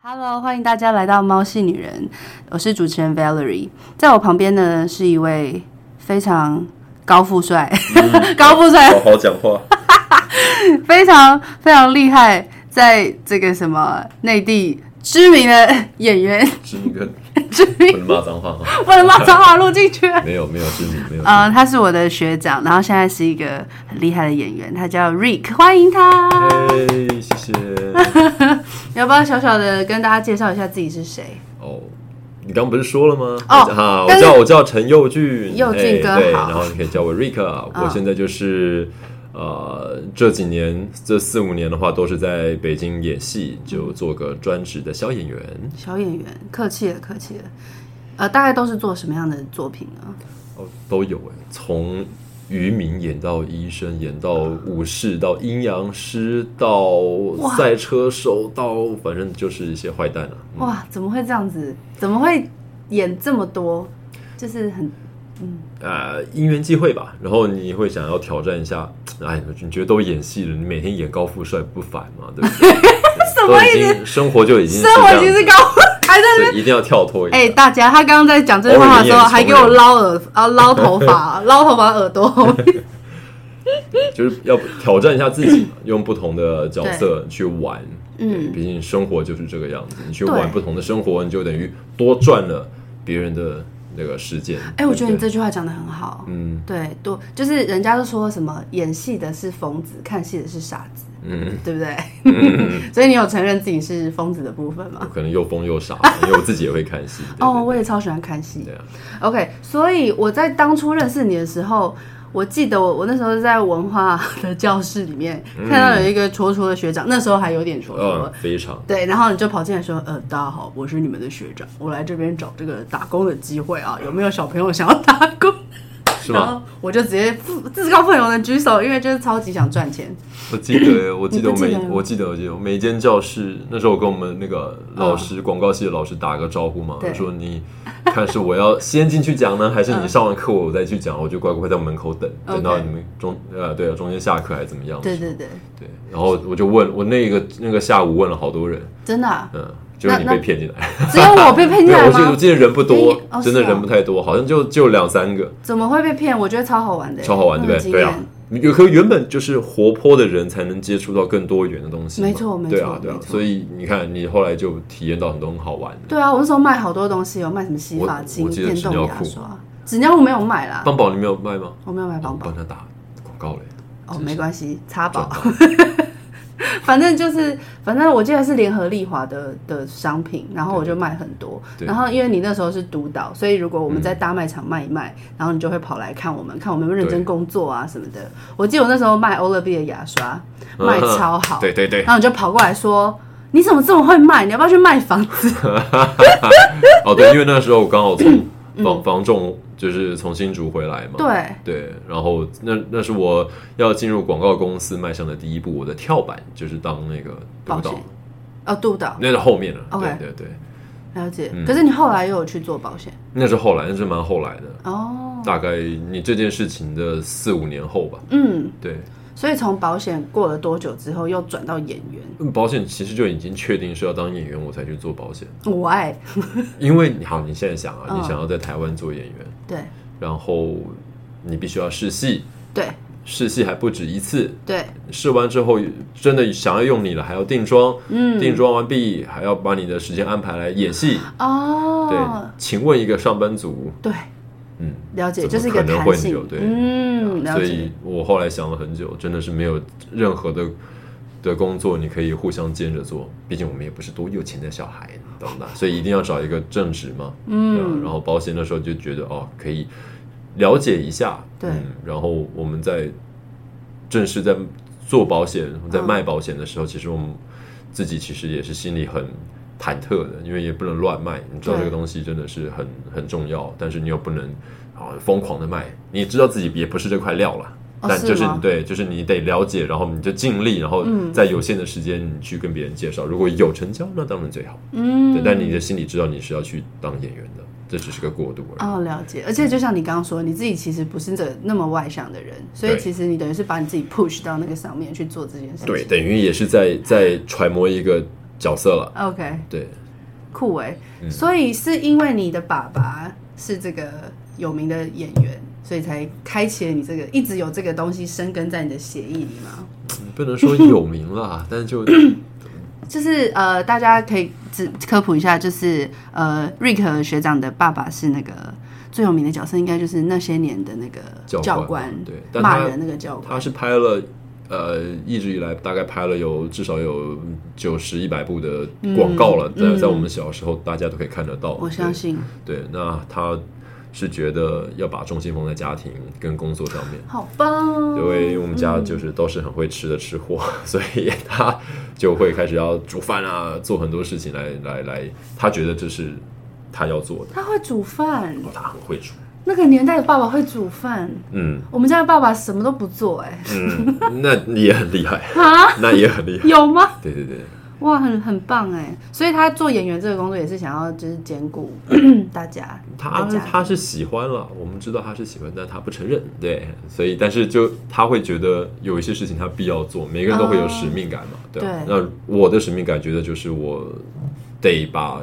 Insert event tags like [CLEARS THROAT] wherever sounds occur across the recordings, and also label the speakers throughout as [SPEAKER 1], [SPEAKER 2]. [SPEAKER 1] Hello，欢迎大家来到猫系女人，我是主持人 Valerie，在我旁边呢是一位非常高富帅、 [LAUGHS] 高富帅
[SPEAKER 2] 好好讲话，
[SPEAKER 1] 非常非常厉害，在这个什么内地知名的 [LAUGHS] 演员，
[SPEAKER 2] 知名跟
[SPEAKER 1] 知
[SPEAKER 2] 不
[SPEAKER 1] 名
[SPEAKER 2] 能骂脏话吗？
[SPEAKER 1] 不能把脏话录进去。
[SPEAKER 2] 没有没有知名没有知名。
[SPEAKER 1] 嗯，他是我的学长，然后现在是一个很厉害的演员，他叫 Rick，欢迎他。
[SPEAKER 2] 嘿，哎谢谢。
[SPEAKER 1] 你要不要小小的跟大家介绍一下自己是谁？
[SPEAKER 2] 哦，你刚不是说了吗？
[SPEAKER 1] 哦
[SPEAKER 2] 哈，
[SPEAKER 1] 但
[SPEAKER 2] 我
[SPEAKER 1] 是
[SPEAKER 2] 叫我叫陈佑俊，
[SPEAKER 1] 佑俊哥
[SPEAKER 2] 嘿对，
[SPEAKER 1] 好
[SPEAKER 2] 然后你可以叫我 Rick 啊。我现在就是呃，这几年这四五年的话，都是在北京演戏，就做个专职的小演员。
[SPEAKER 1] 小演员，客气了，客气了。呃，大概都是做什么样的作品呢？
[SPEAKER 2] 哦，都有哎，从渔民演到医生，演到武士，到阴阳师，到赛车手，到反正就是一些坏蛋啊。嗯
[SPEAKER 1] 哇，怎么会这样子？怎么会演这么多？就是很
[SPEAKER 2] 呃，因缘际会吧，然后你会想要挑战一下，哎，你觉得都演戏了，你每天演高富帅不烦吗？
[SPEAKER 1] [LAUGHS]
[SPEAKER 2] 对不对？
[SPEAKER 1] 什
[SPEAKER 2] 都
[SPEAKER 1] 么
[SPEAKER 2] 已
[SPEAKER 1] 意思？
[SPEAKER 2] 经生活就已经
[SPEAKER 1] 生活已
[SPEAKER 2] 这
[SPEAKER 1] 经
[SPEAKER 2] 样
[SPEAKER 1] 是
[SPEAKER 2] 子
[SPEAKER 1] 高，还在那
[SPEAKER 2] 所
[SPEAKER 1] 边。
[SPEAKER 2] 以一定要跳脱一下。
[SPEAKER 1] 哎、大家，他刚刚在讲这句话的时候，
[SPEAKER 2] 偶尔演一下
[SPEAKER 1] 还给我捞耳啊，捞头
[SPEAKER 2] [LAUGHS]
[SPEAKER 1] 发，捞头发耳朵。
[SPEAKER 2] 就是要挑战一下自己嘛，用不同的角色去玩。嗯，毕竟生活就是这个样子，你去玩
[SPEAKER 1] 对
[SPEAKER 2] 不同的生活，你就等于多赚了别人的那个时间。
[SPEAKER 1] 哎、我觉得
[SPEAKER 2] 对
[SPEAKER 1] 你
[SPEAKER 2] 不
[SPEAKER 1] 这
[SPEAKER 2] 对
[SPEAKER 1] 句话讲的很好。
[SPEAKER 2] 嗯
[SPEAKER 1] 对，多就是人家都说什么演戏的是疯子，看戏的是傻子，
[SPEAKER 2] 嗯，
[SPEAKER 1] 对不对？ [LAUGHS] 所以你有承认自己是疯子的部分吗
[SPEAKER 2] 我？可能又疯
[SPEAKER 1] [LAUGHS]
[SPEAKER 2] 又嗯傻，因为我自己也会看戏。对
[SPEAKER 1] 哦，
[SPEAKER 2] 对
[SPEAKER 1] 我也超喜欢看戏
[SPEAKER 2] 对。啊，
[SPEAKER 1] OK，所以我在当初认识你的时候，我记得我我那时候在文化的教室里面、看到有一个戳戳的学长，那时候还有点戳戳。
[SPEAKER 2] 嗯，非常
[SPEAKER 1] 对，然后你就跑进来说：“呃，大家好，我是你们的学长，我来这边找这个打工的机会啊，有没有小朋友想要打工？”
[SPEAKER 2] [LAUGHS] 是
[SPEAKER 1] 然
[SPEAKER 2] 吗？
[SPEAKER 1] 后我就直接自自告奋勇的举手，因为就是超级想赚钱。
[SPEAKER 2] 我记
[SPEAKER 1] [COUGHS]
[SPEAKER 2] 得，我记得
[SPEAKER 1] 你
[SPEAKER 2] 我
[SPEAKER 1] 不记
[SPEAKER 2] 每
[SPEAKER 1] 得吗
[SPEAKER 2] 我记得我记得我每间教室，那时候我跟我们那个老师广告系的老师打个招呼嘛，
[SPEAKER 1] 对
[SPEAKER 2] 我说你看是我要先进去
[SPEAKER 1] [COUGHS]
[SPEAKER 2] 讲呢，还是你上完课我再去讲？我就乖乖在门口等，
[SPEAKER 1] OK
[SPEAKER 2] 等到你们中呃对啊中间下课还是怎么样？
[SPEAKER 1] 对对对，
[SPEAKER 2] 对，然后我就问我那个那个下午问了好多人，
[SPEAKER 1] 真的啊、
[SPEAKER 2] 嗯，结果你
[SPEAKER 1] 那
[SPEAKER 2] 被骗进来，
[SPEAKER 1] 只有我被骗进
[SPEAKER 2] 没有，
[SPEAKER 1] 来
[SPEAKER 2] [LAUGHS] 我记得我
[SPEAKER 1] 吗？
[SPEAKER 2] 记得人不多
[SPEAKER 1] 哎哦，
[SPEAKER 2] 真的
[SPEAKER 1] 是啊
[SPEAKER 2] 人不太多，好像就就两三个，
[SPEAKER 1] 怎么会被骗？我觉得超好玩的耶，
[SPEAKER 2] 超好玩，对
[SPEAKER 1] 那种
[SPEAKER 2] 不对？
[SPEAKER 1] 经
[SPEAKER 2] 对
[SPEAKER 1] 验
[SPEAKER 2] 啊。有可原本就是活泼的人才能接触到更多元的东西嘛，
[SPEAKER 1] 没错没错
[SPEAKER 2] 对啊，对啊
[SPEAKER 1] 没，错
[SPEAKER 2] 所以你看，你后来就体验到很多很好玩的。
[SPEAKER 1] 对啊，我那时候卖好多东西，有卖什么洗发精、
[SPEAKER 2] 我我记得
[SPEAKER 1] 电动
[SPEAKER 2] 纸尿
[SPEAKER 1] 牙
[SPEAKER 2] 裤
[SPEAKER 1] 刷、纸尿裤没有卖啦，
[SPEAKER 2] 邦宝你没有卖吗？
[SPEAKER 1] 我没有卖棒
[SPEAKER 2] 我
[SPEAKER 1] 棒
[SPEAKER 2] 帮他打广告嘞，
[SPEAKER 1] 哦，没关系，擦
[SPEAKER 2] 赚
[SPEAKER 1] 宝，
[SPEAKER 2] 到
[SPEAKER 1] [LAUGHS] 反正就是，反正我记得是联合利华的的商品，然后我就卖很多。
[SPEAKER 2] 对嗯
[SPEAKER 1] 然后因为你那时候是督导，所以如果我们在大卖场卖一卖，然后你就会跑来看我们，看我们有没有认真
[SPEAKER 2] 对
[SPEAKER 1] 工作啊什么的。我记得我那时候卖欧乐 B 的牙刷，
[SPEAKER 2] 嗯
[SPEAKER 1] 卖超好，
[SPEAKER 2] 对对对
[SPEAKER 1] 然，后你就跑过来说。你怎么这么会卖？你要不要去卖房子？
[SPEAKER 2] 哦对，因为那时候我刚好从房房仲就是从新竹回来
[SPEAKER 1] 嗯
[SPEAKER 2] 嘛，
[SPEAKER 1] 对
[SPEAKER 2] 对，然后那那是我要进入广告公司迈向的第一步，我的跳板就是当那个
[SPEAKER 1] 保
[SPEAKER 2] 督
[SPEAKER 1] 险
[SPEAKER 2] 导，
[SPEAKER 1] 哦，督导
[SPEAKER 2] 那是后面了，
[SPEAKER 1] OK
[SPEAKER 2] 对对对，
[SPEAKER 1] 了解。
[SPEAKER 2] 嗯
[SPEAKER 1] 可是你后来又有去做保险
[SPEAKER 2] 那是后来，那是蛮后来的，
[SPEAKER 1] 哦，
[SPEAKER 2] 大概你这件事情的四五年后吧，
[SPEAKER 1] 嗯，
[SPEAKER 2] 对。
[SPEAKER 1] 所以从保险过了多久之后，又转到演员？
[SPEAKER 2] 嗯保险其实就已经确定是要当演员，我才去做保险。
[SPEAKER 1] 我爱
[SPEAKER 2] 因为你好，你现在想啊，
[SPEAKER 1] 嗯
[SPEAKER 2] 你想要在台湾做演员，
[SPEAKER 1] 对
[SPEAKER 2] 然后你必须要试戏，
[SPEAKER 1] 对
[SPEAKER 2] 试戏还不止一次。
[SPEAKER 1] 对，
[SPEAKER 2] 试完之后，真的想要用你了，还要定妆，嗯，定妆完毕，还要把你的时间安排来演戏。对
[SPEAKER 1] 哦，，
[SPEAKER 2] 请问一个上班族，
[SPEAKER 1] 对，
[SPEAKER 2] 嗯，
[SPEAKER 1] 了解，
[SPEAKER 2] 怎么
[SPEAKER 1] 就是一个
[SPEAKER 2] 可能
[SPEAKER 1] 弹
[SPEAKER 2] 会
[SPEAKER 1] 性
[SPEAKER 2] 有，对啊
[SPEAKER 1] 嗯，了
[SPEAKER 2] 所
[SPEAKER 1] 解
[SPEAKER 2] 以，我后来想了很久，真的是没有任何的的工作你可以互相兼着做，毕竟我们也不是多有钱的小孩，懂吧？所以一定要找一个正职嘛，嗯，然后保险的时候就觉得哦，可以了解一下，
[SPEAKER 1] 对
[SPEAKER 2] 嗯，然后我们在正式在做保险、在
[SPEAKER 1] 嗯
[SPEAKER 2] 卖保险的时候，其实我们自己其实也是心里很。忐忑的，因为也不能乱卖，你知道
[SPEAKER 1] 对
[SPEAKER 2] 这个东西真的是很很重要，但是你又不能啊疯狂的卖，你也知道自己也不是这块料了，
[SPEAKER 1] 哦
[SPEAKER 2] 但
[SPEAKER 1] 是
[SPEAKER 2] 就是
[SPEAKER 1] 吗嗯
[SPEAKER 2] 你对，就是你得了解，然后你就尽力，然后在有限的时间你去跟别人介绍。如果有成交，那当然最好。对，
[SPEAKER 1] 嗯，
[SPEAKER 2] 但你的心里知道你是要去当演员的，这只是个过渡而已。
[SPEAKER 1] 哦，了解。而且就像你刚刚说，你自己其实不是这那么外向的人，所以
[SPEAKER 2] 对
[SPEAKER 1] 其实你等于是把你自己 push 到那个上面去做这件事情。
[SPEAKER 2] 对，等于也是在在揣摩一个角色了。
[SPEAKER 1] ，OK，
[SPEAKER 2] 对，
[SPEAKER 1] 酷哎、
[SPEAKER 2] 嗯
[SPEAKER 1] 所以是因为你的爸爸是这个有名的演员，所以才开启了你这个一直有这个东西生根在你的血液里吗？
[SPEAKER 2] 不能说有名啦，
[SPEAKER 1] [LAUGHS]
[SPEAKER 2] 但就
[SPEAKER 1] 就是呃，大家可以只科普一下，就是呃，Rick 学长的爸爸是那个最有名的角色，应该就是那些年的那个
[SPEAKER 2] 教官
[SPEAKER 1] 教
[SPEAKER 2] 对但他
[SPEAKER 1] 骂人那个教官。
[SPEAKER 2] 他是拍了。呃，一直以来大概拍了有至少有九十一百部的广告了，在在我们小时候大家都可以看得到。
[SPEAKER 1] 嗯我
[SPEAKER 2] 对
[SPEAKER 1] 相信，
[SPEAKER 2] 对，那他是觉得要把重心放在家庭跟工作上面，
[SPEAKER 1] 好棒哦！
[SPEAKER 2] 因为我们家就是都是很会吃的吃货， [LAUGHS] 所以他就会开始要煮饭啊，做很多事情来来来，他觉得这是他要做的，
[SPEAKER 1] 他会煮饭，
[SPEAKER 2] 哦他很会煮，
[SPEAKER 1] 那个年代的爸爸会煮饭，
[SPEAKER 2] 嗯
[SPEAKER 1] 我们家的爸爸什么都不做、哎，
[SPEAKER 2] 嗯，那你也很厉害，那也很厉害，
[SPEAKER 1] 啊
[SPEAKER 2] [LAUGHS]
[SPEAKER 1] 有吗？
[SPEAKER 2] 对对对，
[SPEAKER 1] 哇，很很棒哎、所以他做演员这个工作也是想要就是兼顾 [CLEARS THROAT] 大家，
[SPEAKER 2] 他
[SPEAKER 1] 大家
[SPEAKER 2] 他是喜欢了，我们知道他是喜欢，但他不承认，对，所以但是就他会觉得有一些事情他必要做，每个人都会有使命感嘛，对吧、那我的使命感觉得就是我得把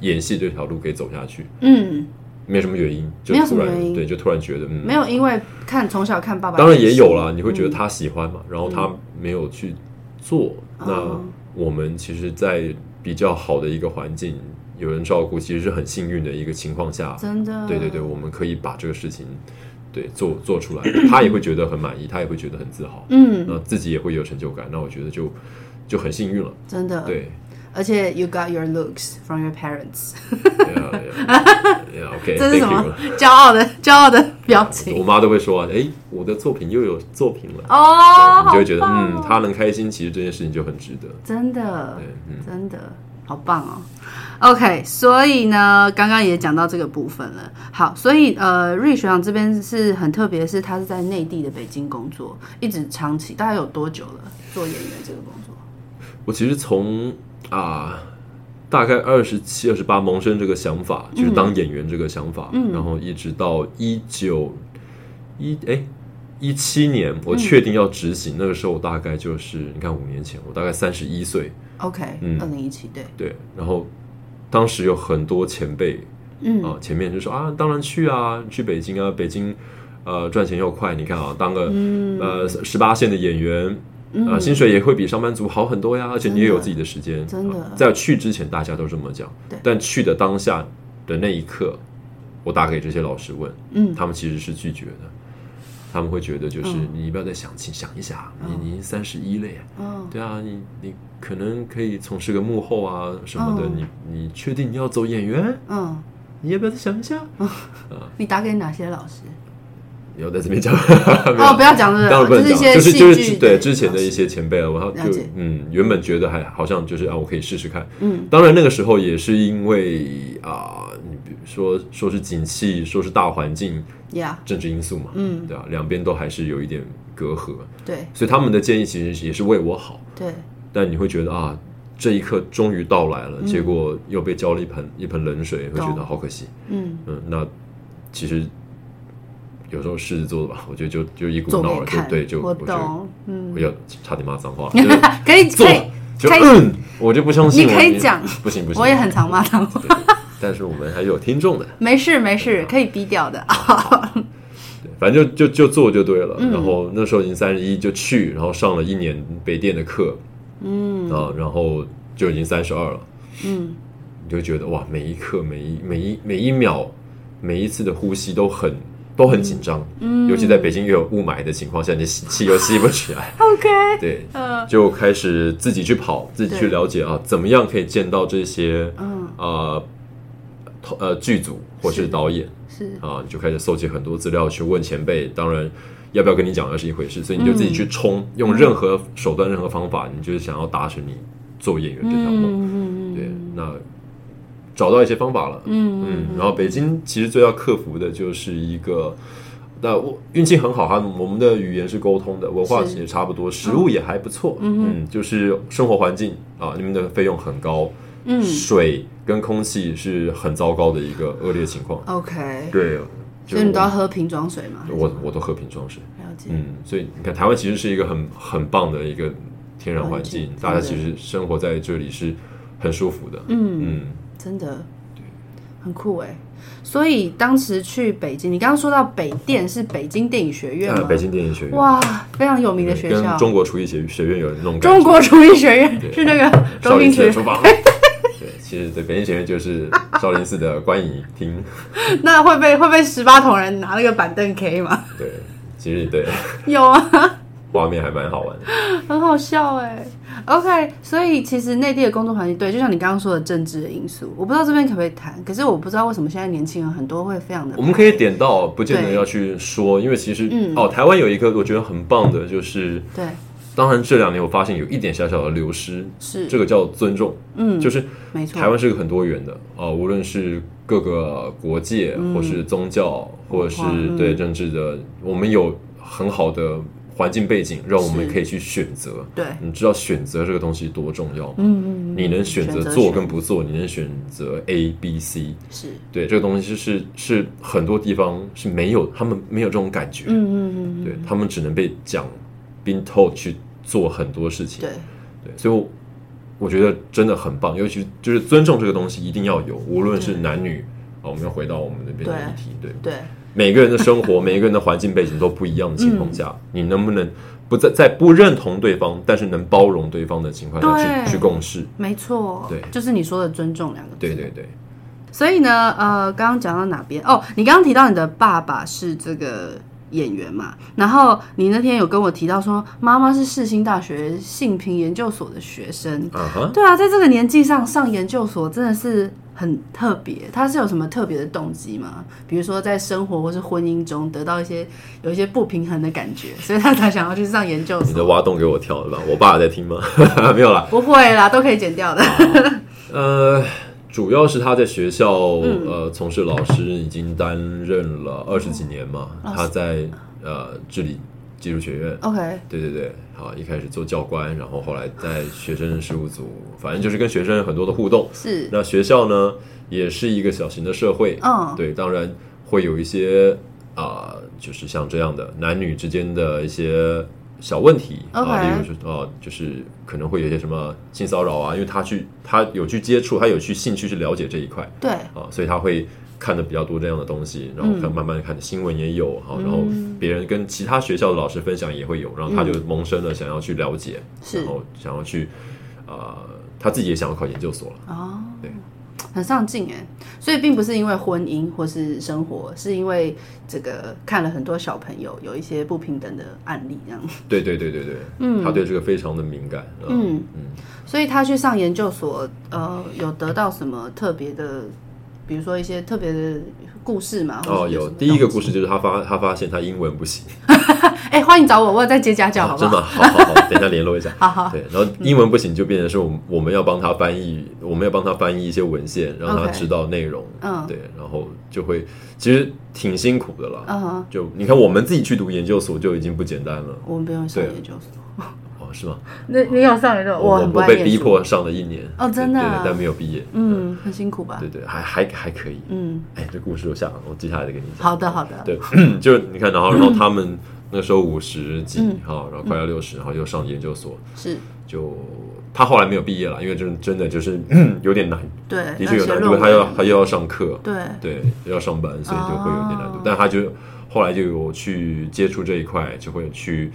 [SPEAKER 2] 演戏这条路给走下去，
[SPEAKER 1] 嗯，
[SPEAKER 2] 没有什么原因，就
[SPEAKER 1] 没有什
[SPEAKER 2] 突
[SPEAKER 1] 么
[SPEAKER 2] 然
[SPEAKER 1] 原因
[SPEAKER 2] 对，就突然觉得嗯
[SPEAKER 1] 没，有因为看从小看爸爸，
[SPEAKER 2] 当然也有啦，你会觉得他喜欢嘛，然后他没有去做，那
[SPEAKER 1] 嗯哦
[SPEAKER 2] 我们其实，在比较好的一个环境，有人照顾，其实是很幸运的一个情况下，
[SPEAKER 1] 真的，
[SPEAKER 2] 对对对，我们可以把这个事情对做做出来，他也会觉得很满意，他也会觉得很自豪，
[SPEAKER 1] 嗯，
[SPEAKER 2] 那自己也会有成就感。那我觉得就就很幸运了，
[SPEAKER 1] 真的，，
[SPEAKER 2] 对
[SPEAKER 1] [LAUGHS] 而且 you got your looks from your
[SPEAKER 2] [LAUGHS]
[SPEAKER 1] parents，这是
[SPEAKER 2] ，OK，Thank
[SPEAKER 1] 什
[SPEAKER 2] 啊 you
[SPEAKER 1] 么。骄傲的骄傲的表
[SPEAKER 2] 我
[SPEAKER 1] 情
[SPEAKER 2] 妈都会说啊，哎，我的作品又有作品了，
[SPEAKER 1] 哦，
[SPEAKER 2] 对你就会觉得，
[SPEAKER 1] 好棒
[SPEAKER 2] 嗯，
[SPEAKER 1] 哦
[SPEAKER 2] 他能开心，其实这件事情就很值得。
[SPEAKER 1] 真的
[SPEAKER 2] 对，，嗯，
[SPEAKER 1] 真的好棒哦。OK，所以呢，刚刚也讲到这个部分了。好，所以呃，瑞学长这边是很特别，是他是在内地的北京工作，一直长期，大概有多久了？做演员这个工作？
[SPEAKER 2] 我其实从啊。大概二十七、二十八萌生这个想法，就是当演员这个想法，
[SPEAKER 1] 嗯
[SPEAKER 2] 然后一直到一九一哎一七年，我确定要执行。那个时候我大概就是你看五年前，我大概三十一岁，
[SPEAKER 1] OK，
[SPEAKER 2] 嗯
[SPEAKER 1] 二零一七对，
[SPEAKER 2] 对。然后当时有很多前辈
[SPEAKER 1] 嗯，
[SPEAKER 2] 啊，前面就说啊，当然去啊，去北京啊，北京呃赚钱又快，你看啊，当个、
[SPEAKER 1] 嗯
[SPEAKER 2] 呃十八线的演员。啊、薪水也会比上班族好很多呀，而且你也有自己的时间。
[SPEAKER 1] 真的
[SPEAKER 2] 啊在去之前，大家都这么讲
[SPEAKER 1] 对，
[SPEAKER 2] 但去的当下的那一刻，我打给这些老师问，
[SPEAKER 1] 嗯
[SPEAKER 2] 他们其实是拒绝的，他们会觉得就是、
[SPEAKER 1] 嗯
[SPEAKER 2] 你不要再想清想一想，你你三十一了耶，
[SPEAKER 1] 哦，
[SPEAKER 2] 对啊，你你可能可以从事个幕后啊什么的，
[SPEAKER 1] 嗯
[SPEAKER 2] 你你确定你要走演员？
[SPEAKER 1] 嗯，
[SPEAKER 2] 你要不要再想一下？
[SPEAKER 1] 你打给哪些老师？
[SPEAKER 2] [LAUGHS] 你要在这边讲，
[SPEAKER 1] [LAUGHS] 哦，不要讲这个，
[SPEAKER 2] [LAUGHS] 当然不能
[SPEAKER 1] 是一
[SPEAKER 2] 讲，
[SPEAKER 1] 些
[SPEAKER 2] 就是
[SPEAKER 1] 戏
[SPEAKER 2] 就
[SPEAKER 1] 剧
[SPEAKER 2] 是对
[SPEAKER 1] 的
[SPEAKER 2] 之前的
[SPEAKER 1] 老
[SPEAKER 2] 一
[SPEAKER 1] 师，
[SPEAKER 2] 些前辈了，然后
[SPEAKER 1] 了
[SPEAKER 2] 就
[SPEAKER 1] 解
[SPEAKER 2] 嗯，原本觉得还好像就是啊，我可以试试看。
[SPEAKER 1] 嗯，
[SPEAKER 2] 当然那个时候也是因为啊，你比如说说是景气，说是大环境、
[SPEAKER 1] 呀，
[SPEAKER 2] 政治因素嘛，
[SPEAKER 1] 嗯，
[SPEAKER 2] 对啊，两边都还是有一点隔阂，
[SPEAKER 1] 对
[SPEAKER 2] 所以他们的建议其实也是为我好，
[SPEAKER 1] 对，
[SPEAKER 2] 但你会觉得啊。这一刻终于到来了，结果又被浇了一盆一盆冷水，会觉得
[SPEAKER 1] 嗯懂
[SPEAKER 2] 好可惜。
[SPEAKER 1] 嗯，
[SPEAKER 2] 嗯，那其实有时候狮子座的吧，我 [LAUGHS] 觉得就就一股
[SPEAKER 1] 做
[SPEAKER 2] 脑
[SPEAKER 1] 给
[SPEAKER 2] 儿，就
[SPEAKER 1] 看，
[SPEAKER 2] 对，就
[SPEAKER 1] 我
[SPEAKER 2] 就
[SPEAKER 1] 懂，嗯
[SPEAKER 2] 我，要差点骂脏话，就是
[SPEAKER 1] [LAUGHS] 可以
[SPEAKER 2] 做
[SPEAKER 1] 可以，
[SPEAKER 2] 就
[SPEAKER 1] 开
[SPEAKER 2] 嗯，我就不相信
[SPEAKER 1] 你
[SPEAKER 2] 我，
[SPEAKER 1] 可以讲
[SPEAKER 2] 不行不行，
[SPEAKER 1] 我也很常骂脏话。
[SPEAKER 2] 对。对对但是我们还是有听众的，
[SPEAKER 1] 没事没事，可以低调的。
[SPEAKER 2] 对，反正就就就做就对了。
[SPEAKER 1] 嗯
[SPEAKER 2] 然后那时候已经三十一，就去，然后上了一年北电的课，嗯啊，然后就已经三十二了，
[SPEAKER 1] 嗯，
[SPEAKER 2] 你就会觉得哇，每一刻、每一每一每一秒、每一次的呼吸都很都很紧张，嗯，尤其在北京又有雾霾的情况下，你吸气又吸不起来，
[SPEAKER 1] [LAUGHS] OK，
[SPEAKER 2] [LAUGHS] 对，
[SPEAKER 1] 呃，
[SPEAKER 2] 就开始自己去跑，自己去
[SPEAKER 1] 对
[SPEAKER 2] 了解啊，怎么样可以见到这些
[SPEAKER 1] 嗯，
[SPEAKER 2] 呃投呃剧组或是
[SPEAKER 1] 是
[SPEAKER 2] 导演
[SPEAKER 1] 是
[SPEAKER 2] 啊，你就开始搜集很多资料去问前辈，当然。要不要跟你讲那是一回事，所以你就
[SPEAKER 1] 嗯
[SPEAKER 2] 自己去冲，用任何手段、任何方法，你就是想要达成你做演员这条梦。
[SPEAKER 1] 嗯嗯
[SPEAKER 2] 对，那找到一些方法了。
[SPEAKER 1] 嗯
[SPEAKER 2] 嗯，然后北京其实最要克服的就是一个，那我运气很好哈，我们的语言是沟通的，文化
[SPEAKER 1] 是
[SPEAKER 2] 也差不多，食物也还不错。嗯就是生活环境啊，你们的费用很高，
[SPEAKER 1] 嗯
[SPEAKER 2] 水跟空气是很糟糕的一个恶劣情况。
[SPEAKER 1] ，OK，
[SPEAKER 2] 对，就
[SPEAKER 1] 所以你都要
[SPEAKER 2] 我
[SPEAKER 1] 喝瓶装水吗？
[SPEAKER 2] 我我都喝瓶装水。
[SPEAKER 1] 了解，
[SPEAKER 2] 嗯，所以你看，台湾其实是一个很很棒的一个天然环
[SPEAKER 1] 环
[SPEAKER 2] 境
[SPEAKER 1] 境，
[SPEAKER 2] 大家
[SPEAKER 1] 真
[SPEAKER 2] 其
[SPEAKER 1] 的
[SPEAKER 2] 实生活在这里是很舒服的。
[SPEAKER 1] 嗯
[SPEAKER 2] 嗯，
[SPEAKER 1] 真的
[SPEAKER 2] 对，
[SPEAKER 1] 很酷哎。所以当时去北京，你刚刚说到北电是北京电影学院吗？
[SPEAKER 2] 呃，北京电影学院，
[SPEAKER 1] 哇，非常有名的
[SPEAKER 2] 对
[SPEAKER 1] 学
[SPEAKER 2] 跟
[SPEAKER 1] 校，
[SPEAKER 2] 中国厨艺学学院有那种感
[SPEAKER 1] 中
[SPEAKER 2] 觉
[SPEAKER 1] 国厨艺学院
[SPEAKER 2] 对
[SPEAKER 1] 是那个
[SPEAKER 2] 少
[SPEAKER 1] 周
[SPEAKER 2] 林
[SPEAKER 1] 星
[SPEAKER 2] [LAUGHS] 寺的
[SPEAKER 1] 驰
[SPEAKER 2] 厨房。对，其实对北京学院就是少林寺的观影厅。
[SPEAKER 1] 那会被会被十八铜人拿那个板凳 K 吗？ [LAUGHS]
[SPEAKER 2] 对，其实对
[SPEAKER 1] 有啊，
[SPEAKER 2] 画面还蛮好玩的。
[SPEAKER 1] 很好笑哎、OK，所以其实内地的工作环境，对，就像你刚刚说的政治的因素，我不知道这边可不可以谈，可是我不知道为什么现在年轻人很多会非常的
[SPEAKER 2] 我，们可以点到，不见得
[SPEAKER 1] 对
[SPEAKER 2] 要去说，因为其实、
[SPEAKER 1] 嗯
[SPEAKER 2] 哦，台湾有一个我觉得很棒的，就是
[SPEAKER 1] 对，
[SPEAKER 2] 当然这两年我发现有一点小小的流失，
[SPEAKER 1] 是
[SPEAKER 2] 这个叫尊重，
[SPEAKER 1] 嗯，
[SPEAKER 2] 就是
[SPEAKER 1] 没错，
[SPEAKER 2] 台湾是个很多元的啊、呃无论是各个国界，或是宗教，或者是
[SPEAKER 1] 嗯
[SPEAKER 2] 对政治的，我们有很好的环境背景，让我们
[SPEAKER 1] 是
[SPEAKER 2] 可以去选择。
[SPEAKER 1] 对，
[SPEAKER 2] 你知道选择这个东西多重要吗？
[SPEAKER 1] 嗯嗯嗯，
[SPEAKER 2] 你能选择
[SPEAKER 1] 选择
[SPEAKER 2] 做
[SPEAKER 1] 选
[SPEAKER 2] 跟不做，你能选择 A、B、C，
[SPEAKER 1] 是，
[SPEAKER 2] 对这个东西是是很多地方是没有，他们没有这种感觉，
[SPEAKER 1] 嗯嗯嗯，
[SPEAKER 2] 对他们只能被讲 being told 去做很多事情，
[SPEAKER 1] 对，
[SPEAKER 2] 对所以我我觉得真的很棒，尤其就是尊重这个东西一定要有，无论是男女啊，我们要回到我们那边的议题，对
[SPEAKER 1] 对，
[SPEAKER 2] 每个人的生活，每个人的环境背景都不一样的情
[SPEAKER 1] 嗯
[SPEAKER 2] 况下，你能不能不在在不认同对方，但是能包容对方的情况下
[SPEAKER 1] 对
[SPEAKER 2] 去去共事，
[SPEAKER 1] 没错，
[SPEAKER 2] 对
[SPEAKER 1] 就是你说的尊重两个字，
[SPEAKER 2] 对对对。
[SPEAKER 1] 嗯所以呢，呃，刚刚讲到哪边？哦，你刚刚提到你的爸爸是这个演员嘛，然后你那天有跟我提到说，妈妈是世新大学性平研究所的学生。
[SPEAKER 2] 啊哈，
[SPEAKER 1] 对啊，在这个年纪上上研究所真的是很特别。他是有什么特别的动机吗？比如说在生活或是婚姻中得到一些有一些不平衡的感觉，所以他才想要去上研究
[SPEAKER 2] 你在
[SPEAKER 1] 所。
[SPEAKER 2] 挖洞给我跳了吧？我爸在听吗？ [LAUGHS] 没有啦，
[SPEAKER 1] 不会啦，都可以剪掉的。
[SPEAKER 2] 呃，主要是他在学校、呃从事老师，已经担任了二十几年嘛。他在呃治理技术学院，
[SPEAKER 1] OK，
[SPEAKER 2] 对对对，好，一开始做教官，然后后来在学生事务组，反正就是跟学生有很多的互动。
[SPEAKER 1] 是
[SPEAKER 2] 那学校呢，也是一个小型的社会，
[SPEAKER 1] 嗯
[SPEAKER 2] 对，当然会有一些啊、就是像这样的男女之间的一些小问题啊
[SPEAKER 1] OK
[SPEAKER 2] 例如说啊、就是可能会有一些什么性骚扰啊，因为他去他有去接触，他有去兴趣去了解这一块
[SPEAKER 1] 对，
[SPEAKER 2] 啊、所以他会看的比较多这样的东西，然后
[SPEAKER 1] 嗯
[SPEAKER 2] 看慢慢看新闻也有，啊好、然后别人跟其他学校的老师分享也会有，然后他就萌生了想要去了解，
[SPEAKER 1] 嗯是
[SPEAKER 2] 然后想要去啊、他自己也想要考研究所了。
[SPEAKER 1] 哦，
[SPEAKER 2] 对，
[SPEAKER 1] 很上进哎，所以并不是因为婚姻或是生活，是因为这个看了很多小朋友有一些不平等的案例这样，
[SPEAKER 2] 对对对对对，嗯，他对这个非常的敏感，嗯
[SPEAKER 1] 嗯，所以他去上研究所，呃，有得到什么特别的，比如说一些特别的故事嘛？或者
[SPEAKER 2] 哦，
[SPEAKER 1] 是
[SPEAKER 2] 有
[SPEAKER 1] 什么
[SPEAKER 2] 第一个
[SPEAKER 1] 东西
[SPEAKER 2] 故事就是他发他发现他英文不行，
[SPEAKER 1] 哎、欢迎找我，我有在接家教，好
[SPEAKER 2] 啊
[SPEAKER 1] 不
[SPEAKER 2] 真
[SPEAKER 1] 好？，
[SPEAKER 2] 的，好好好，等一下联络一下
[SPEAKER 1] 好 [LAUGHS] 好
[SPEAKER 2] [LAUGHS] 对，然后英文不行就变成是我们我们要帮他翻译，我们要帮他翻译一些文献，让他
[SPEAKER 1] OK
[SPEAKER 2] 知道内容，
[SPEAKER 1] 嗯
[SPEAKER 2] 对，然后就会其实挺辛苦的啦，
[SPEAKER 1] 嗯哼，
[SPEAKER 2] 就你看我们自己去读研究所就已经不简单了，
[SPEAKER 1] 我们不用上
[SPEAKER 2] 对
[SPEAKER 1] 研究所，
[SPEAKER 2] 哦，是吗？
[SPEAKER 1] 那你有上研究所？
[SPEAKER 2] 我
[SPEAKER 1] 很不
[SPEAKER 2] 我
[SPEAKER 1] 爱
[SPEAKER 2] 被
[SPEAKER 1] 念
[SPEAKER 2] 逼
[SPEAKER 1] 书，
[SPEAKER 2] 迫上了一年，
[SPEAKER 1] 哦真的
[SPEAKER 2] 对对
[SPEAKER 1] 啊
[SPEAKER 2] 对但没有毕业，
[SPEAKER 1] 嗯，很辛苦吧？
[SPEAKER 2] 对对，还还还可以，
[SPEAKER 1] 嗯，
[SPEAKER 2] 哎，这故事我下我接下来再跟你讲，
[SPEAKER 1] 好的，好的，
[SPEAKER 2] 对， [CLEARS THROAT] 就是你看，然后然后他们那时候五十几
[SPEAKER 1] 嗯
[SPEAKER 2] 哈，然后快要六十，然后又上研究所，
[SPEAKER 1] 是，
[SPEAKER 2] 就他后来没有毕业了，因为真真的就是 [CLEARS THROAT] 有点难，
[SPEAKER 1] 对，
[SPEAKER 2] 的确有
[SPEAKER 1] 那些
[SPEAKER 2] 难度，因
[SPEAKER 1] 论
[SPEAKER 2] 为
[SPEAKER 1] 文啊
[SPEAKER 2] 他要他又要上课，
[SPEAKER 1] 对，
[SPEAKER 2] 对，又要上班，所以就会有点难度
[SPEAKER 1] 哦。
[SPEAKER 2] 但他就后来就有去接触这一块，就会去，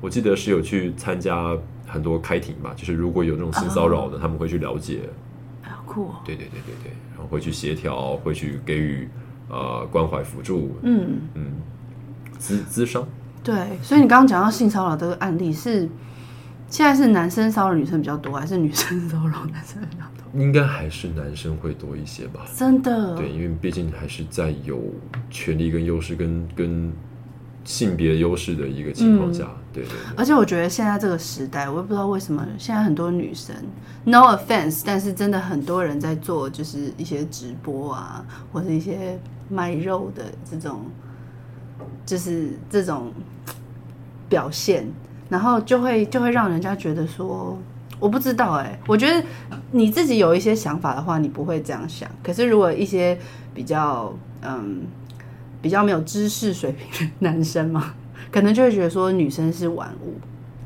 [SPEAKER 2] 我记得是有去参加很多开庭吧，就是如果有这种性骚
[SPEAKER 1] 哦
[SPEAKER 2] 扰的，他们会去了解，
[SPEAKER 1] 哎好酷哦，
[SPEAKER 2] 对对对对对，然后会去协调，会去给予呃关怀辅助，
[SPEAKER 1] 嗯。
[SPEAKER 2] 嗯，资资商。
[SPEAKER 1] 对，所以你刚刚讲到性骚扰这个案例是，现在是男生骚扰女生比较多，还是女生 [LAUGHS] 骚扰男生比较多？
[SPEAKER 2] 应该还是男生会多一些吧？
[SPEAKER 1] 真的，
[SPEAKER 2] 对，因为毕竟还是在有权利跟优势跟跟性别优势的一个情
[SPEAKER 1] 嗯
[SPEAKER 2] 况下，对对对，
[SPEAKER 1] 而且我觉得现在这个时代，我也不知道为什么现在很多女生，no offense，但是真的很多人在做就是一些直播啊，或者一些卖肉的这种，就是这种表现，然后就会就会让人家觉得说。我不知道哎、我觉得你自己有一些想法的话，你不会这样想。可是如果一些比较嗯比较没有知识水平的男生嘛，可能就会觉得说女生是玩物，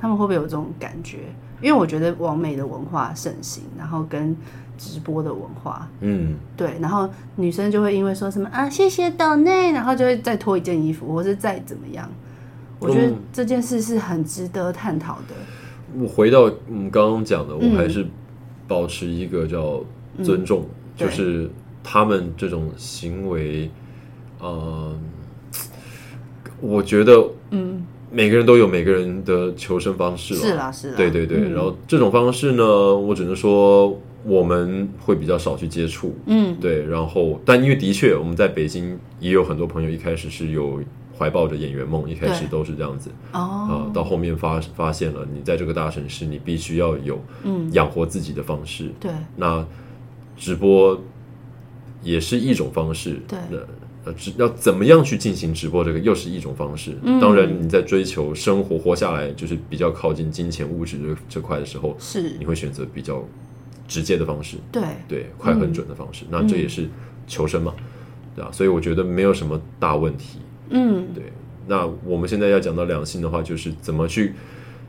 [SPEAKER 1] 他们会不会有这种感觉？因为我觉得网美的文化盛行，然后跟直播的文化，
[SPEAKER 2] 嗯，
[SPEAKER 1] 对，然后女生就会因为说什么啊，谢谢岛内，然后就会再脱一件衣服，或是再怎么样。我觉得
[SPEAKER 2] 嗯
[SPEAKER 1] 这件事是很值得探讨的。
[SPEAKER 2] 我回到嗯刚刚讲的，我
[SPEAKER 1] 嗯
[SPEAKER 2] 还是保持一个叫尊重，
[SPEAKER 1] 对
[SPEAKER 2] 就是他们这种行为，呃，我觉得
[SPEAKER 1] 嗯，
[SPEAKER 2] 每个人都有每个人的求生方式了，
[SPEAKER 1] 是啦，是啦，
[SPEAKER 2] 哦对对对。
[SPEAKER 1] 嗯
[SPEAKER 2] 然后这种方式呢，我只能说我们会比较少去接触，
[SPEAKER 1] 嗯，
[SPEAKER 2] 对，然后但因为的确我们在北京也有很多朋友一开始是有怀抱着演员梦，一开始
[SPEAKER 1] 对
[SPEAKER 2] 都是这样子啊、
[SPEAKER 1] 哦，
[SPEAKER 2] 到后面发发现了你在这个大城市，你必须要有
[SPEAKER 1] 嗯，
[SPEAKER 2] 养活自己的方式。
[SPEAKER 1] 对，
[SPEAKER 2] 那直播也是一种方式，
[SPEAKER 1] 对
[SPEAKER 2] 那呃，只要怎么样去进行直播，这个又是一种方式。
[SPEAKER 1] 嗯
[SPEAKER 2] 当然，你在追求生活活下来，就是比较靠近金钱物质这这块的时候，
[SPEAKER 1] 是
[SPEAKER 2] 你，会选择比较直接的方式。
[SPEAKER 1] 对，
[SPEAKER 2] 对，快
[SPEAKER 1] 嗯
[SPEAKER 2] 很准的方式。那这也是求生嘛，对吧、所以我觉得没有什么大问题。
[SPEAKER 1] 嗯，
[SPEAKER 2] 对，那我们现在要讲到两性的话，就是怎么去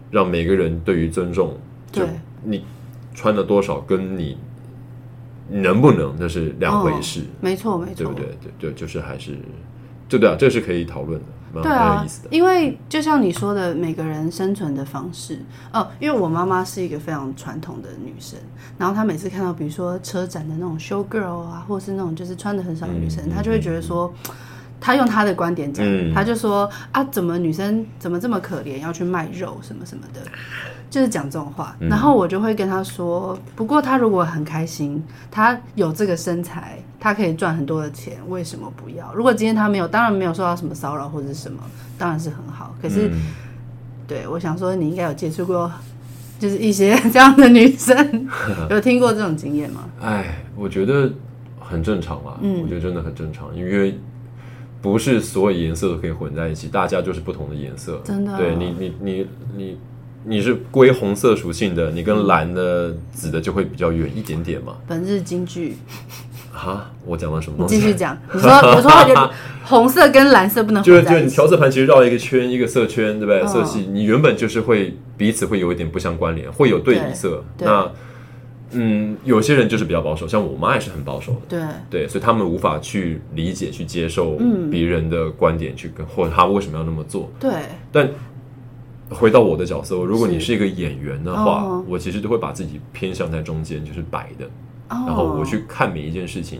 [SPEAKER 2] 让每个人对于尊重，就
[SPEAKER 1] 对
[SPEAKER 2] 你穿的多少跟你能不能那是两回事，
[SPEAKER 1] 没错，哦没错，
[SPEAKER 2] 对不对？对对，就是还是，就对啊，这是可以讨论的，蛮
[SPEAKER 1] 对
[SPEAKER 2] 蛮有
[SPEAKER 1] 啊
[SPEAKER 2] 意思的。，
[SPEAKER 1] 因为就像你说的，每个人生存的方式，哦，因为我妈妈是一个非常传统的女生，然后她每次看到比如说车展的那种 show girl 啊，或是那种就是穿的很少的女生，
[SPEAKER 2] 嗯
[SPEAKER 1] 她就会觉得说，她用她的观点讲，
[SPEAKER 2] 嗯
[SPEAKER 1] 她就说啊，怎么女生怎么这么可怜，要去卖肉什么什么的，就是讲这种话。
[SPEAKER 2] 嗯
[SPEAKER 1] 然后我就会跟她说，不过她如果很开心，她有这个身材，她可以赚很多的钱，为什么不要？如果今天她没有，当然没有受到什么骚扰或者是什么，当然是很好。可是，
[SPEAKER 2] 嗯
[SPEAKER 1] 对我想说，你应该有接触过，就是一些这样的 [LAUGHS] 女生，有听过这种经验吗？
[SPEAKER 2] 哎，我觉得很正常啊，
[SPEAKER 1] 嗯
[SPEAKER 2] 我觉得真的很正常，因为不是所有颜色都可以混在一起，大家就是不同的颜色。
[SPEAKER 1] 真的
[SPEAKER 2] 对你，你，你，你，你是归红色属性的，你跟蓝的、紫的就会比较远一点点嘛。
[SPEAKER 1] 本日金句，
[SPEAKER 2] 哈，我讲了什么
[SPEAKER 1] 你
[SPEAKER 2] 东
[SPEAKER 1] 继续
[SPEAKER 2] 西？
[SPEAKER 1] 讲。你说，我说有红色跟蓝色不能
[SPEAKER 2] [LAUGHS] 就是
[SPEAKER 1] 混
[SPEAKER 2] 就
[SPEAKER 1] 在
[SPEAKER 2] 是你
[SPEAKER 1] 一起
[SPEAKER 2] 调。色盘其实绕一个圈一个色圈，对不对？
[SPEAKER 1] 嗯
[SPEAKER 2] 色系你原本就是会彼此会有一点不相关联，会有对比色。
[SPEAKER 1] 对对
[SPEAKER 2] 那嗯，有些人就是比较保守，像我妈也是很保守的。
[SPEAKER 1] 对，
[SPEAKER 2] 对，所以他们无法去理解、去接受
[SPEAKER 1] 嗯
[SPEAKER 2] 别人的观点，去跟或者他为什么要那么做。
[SPEAKER 1] 对，
[SPEAKER 2] 但回到我的角色，如果你
[SPEAKER 1] 是
[SPEAKER 2] 是一个演员的话，
[SPEAKER 1] 哦
[SPEAKER 2] 我其实都会把自己偏向在中间，就是摆的，
[SPEAKER 1] 哦，
[SPEAKER 2] 然后我去看每一件事情，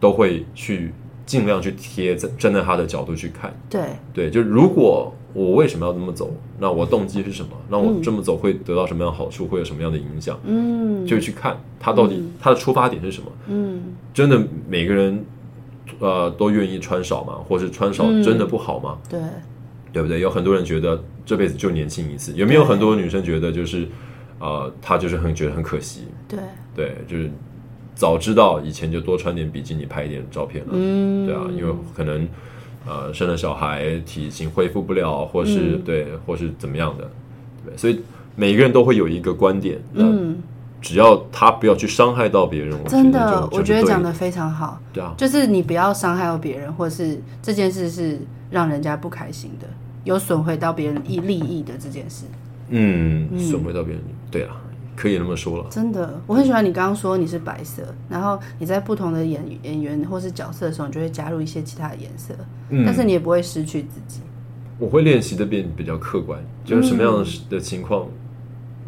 [SPEAKER 2] 都会去尽量去贴在站在他的角度去看。
[SPEAKER 1] 对，
[SPEAKER 2] 对，就如果我为什么要这么走，那我动机是什么？那我
[SPEAKER 1] 嗯
[SPEAKER 2] 这么走会得到什么样的好处？会有什么样的影响？
[SPEAKER 1] 嗯，
[SPEAKER 2] 就去看他到底
[SPEAKER 1] 嗯
[SPEAKER 2] 他的出发点是什么。
[SPEAKER 1] 嗯，
[SPEAKER 2] 真的每个人呃都愿意穿少吗？或是穿少
[SPEAKER 1] 嗯
[SPEAKER 2] 真的不好吗？
[SPEAKER 1] 对，
[SPEAKER 2] 对不对？有很多人觉得这辈子就年轻一次，有没有
[SPEAKER 1] 对
[SPEAKER 2] 很多女生觉得就是呃，她就是很觉得很可惜，
[SPEAKER 1] 对，
[SPEAKER 2] 对，就是早知道以前就多穿点比基尼，拍一点照片了，
[SPEAKER 1] 嗯，
[SPEAKER 2] 对啊，因为可能。呃，生了小孩，体型恢复不了，或是、
[SPEAKER 1] 嗯
[SPEAKER 2] 对，或是怎么样的，对，所以每个人都会有一个观点，那
[SPEAKER 1] 嗯，
[SPEAKER 2] 只要他不要去伤害到别人，我
[SPEAKER 1] 真
[SPEAKER 2] 觉得
[SPEAKER 1] 的
[SPEAKER 2] 就，
[SPEAKER 1] 我觉得
[SPEAKER 2] 就是对
[SPEAKER 1] 讲的非常好，
[SPEAKER 2] 对啊，
[SPEAKER 1] 就是你不要伤害到别人，或是这件事是让人家不开心的，有损毁到别人益利益的这件事。
[SPEAKER 2] 嗯，损回到别人，对啊，可以那么说了。
[SPEAKER 1] 真的，我很喜欢你刚刚说你是白色，然后你在不同的演演员或是角色的时候，你就会加入一些其他的颜色，
[SPEAKER 2] 嗯
[SPEAKER 1] 但是你也不会失去自己。
[SPEAKER 2] 我会练习的变比较客观，就是什么样的情况，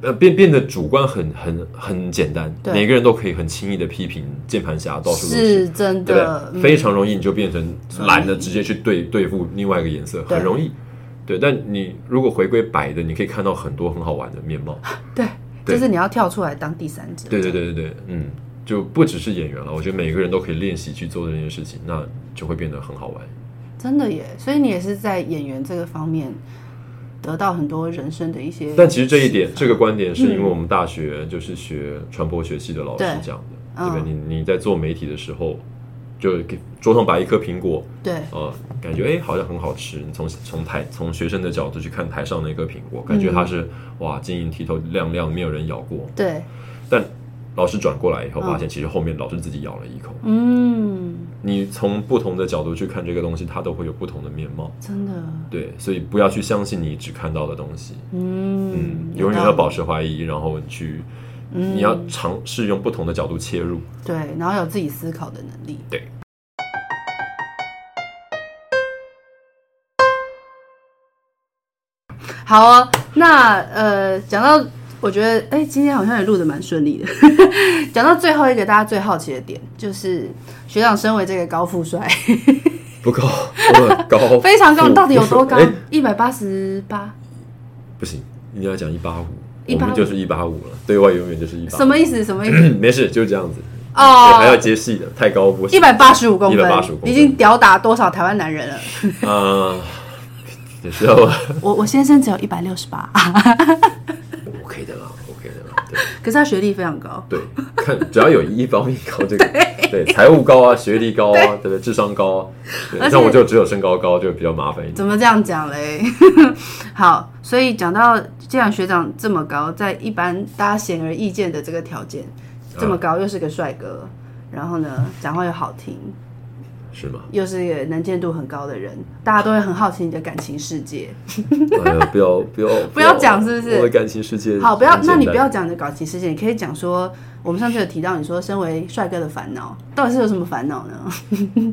[SPEAKER 2] 呃，变变得主观很很很简单，
[SPEAKER 1] 嗯对
[SPEAKER 2] 每个人都可以很轻易的批评键盘侠，到
[SPEAKER 1] 是
[SPEAKER 2] 处都是，
[SPEAKER 1] 真
[SPEAKER 2] 对
[SPEAKER 1] 的
[SPEAKER 2] 不，对？非常容易你就变成懒得
[SPEAKER 1] 嗯
[SPEAKER 2] 直接去对对付另外一个颜色，
[SPEAKER 1] 对
[SPEAKER 2] 很容易。对，但你如果回归白的，你可以看到很多很好玩的面
[SPEAKER 1] [LAUGHS]
[SPEAKER 2] 貌。
[SPEAKER 1] 嗯对，
[SPEAKER 2] 对
[SPEAKER 1] 就是你要跳出来当第三者。
[SPEAKER 2] 对对对对对，嗯，就不只是演员了，我觉得每个人都可以练习去做这件事情，那就会变得很好玩。
[SPEAKER 1] 真的耶，所以你也是在演员这个方面得到很多人生的一些。
[SPEAKER 2] 但其实这一
[SPEAKER 1] 嗯
[SPEAKER 2] 点，这个观点是因为我们大学就是学传播学系的老师
[SPEAKER 1] 对
[SPEAKER 2] 讲的，
[SPEAKER 1] 嗯
[SPEAKER 2] 对吧？你你在做媒体的时候，就给桌上摆一颗苹果，
[SPEAKER 1] 对
[SPEAKER 2] 呃，感觉哎好像很好吃。你从从台从学生的角度去看台上那颗苹果，感觉它是、
[SPEAKER 1] 嗯
[SPEAKER 2] 哇晶莹剔透、亮亮，没有人咬过。
[SPEAKER 1] 对，
[SPEAKER 2] 但老师转过来以后，
[SPEAKER 1] 嗯
[SPEAKER 2] 发现其实后面老师自己咬了一口，
[SPEAKER 1] 嗯，
[SPEAKER 2] 你从不同的角度去看这个东西，它都会有不同的面貌。
[SPEAKER 1] 真的，
[SPEAKER 2] 对，所以不要去相信你只看到的东西，
[SPEAKER 1] 嗯，有
[SPEAKER 2] 永远
[SPEAKER 1] 道
[SPEAKER 2] 要
[SPEAKER 1] 理嗯
[SPEAKER 2] 保持怀疑，然后去，你要尝试用不同的角度切入。
[SPEAKER 1] 对，然后有自己思考的能力。
[SPEAKER 2] 对。
[SPEAKER 1] 好哦，那呃，讲到我觉得，哎，今天好像也录的蛮顺利的。 [LAUGHS] 讲到最后一个大家最好奇的点，就是学长身为这个高富帅， [LAUGHS]
[SPEAKER 2] 不高，我 [LAUGHS] 高
[SPEAKER 1] 非常高，
[SPEAKER 2] 不
[SPEAKER 1] 到底有多高
[SPEAKER 2] 哎？
[SPEAKER 1] 一百八十八，
[SPEAKER 2] 不行，一定要讲一八五，
[SPEAKER 1] 185
[SPEAKER 2] 我们就是一八五了，对外永远就是一八。
[SPEAKER 1] 什么意思？什么意
[SPEAKER 2] [COUGHS]
[SPEAKER 1] 思？
[SPEAKER 2] [CLEARS THROAT] 没事，就是这样子。还要
[SPEAKER 1] 哦，
[SPEAKER 2] 接戏的，太高不
[SPEAKER 1] 一
[SPEAKER 2] 行。
[SPEAKER 1] 百八十五公分，
[SPEAKER 2] 185公分
[SPEAKER 1] 已经吊打多少台湾男人了？
[SPEAKER 2] 啊，也是哦我
[SPEAKER 1] 我我先生只有一百六十八，
[SPEAKER 2] OK 的啦，OK 的啦。对
[SPEAKER 1] 可是他学历非常高。
[SPEAKER 2] 对，看只要有一方面高，这个对财务高啊，学历高啊，对不对？智商高啊，对
[SPEAKER 1] 而且
[SPEAKER 2] 像我就只有身高高，就比较麻烦一点。
[SPEAKER 1] 怎么这样讲嘞？ [LAUGHS] 好，所以讲到既然学长这么高，在一般大家显而易见的这个条件，
[SPEAKER 2] 啊
[SPEAKER 1] 这么高又是个帅哥，然后呢，讲话又好听，
[SPEAKER 2] 是吗？
[SPEAKER 1] 又是一个能见度很高的人，大家都会很好奇你的感情世界。
[SPEAKER 2] 哎呀，不
[SPEAKER 1] [LAUGHS]
[SPEAKER 2] 要不要
[SPEAKER 1] 不要讲是不是
[SPEAKER 2] 我的感情世界
[SPEAKER 1] 好，不要
[SPEAKER 2] 很，简
[SPEAKER 1] 那
[SPEAKER 2] 单
[SPEAKER 1] 你不要讲你的感情世界，你可以讲说，我们上次有提到你说，身为帅哥的烦恼，到底是有什么烦恼呢？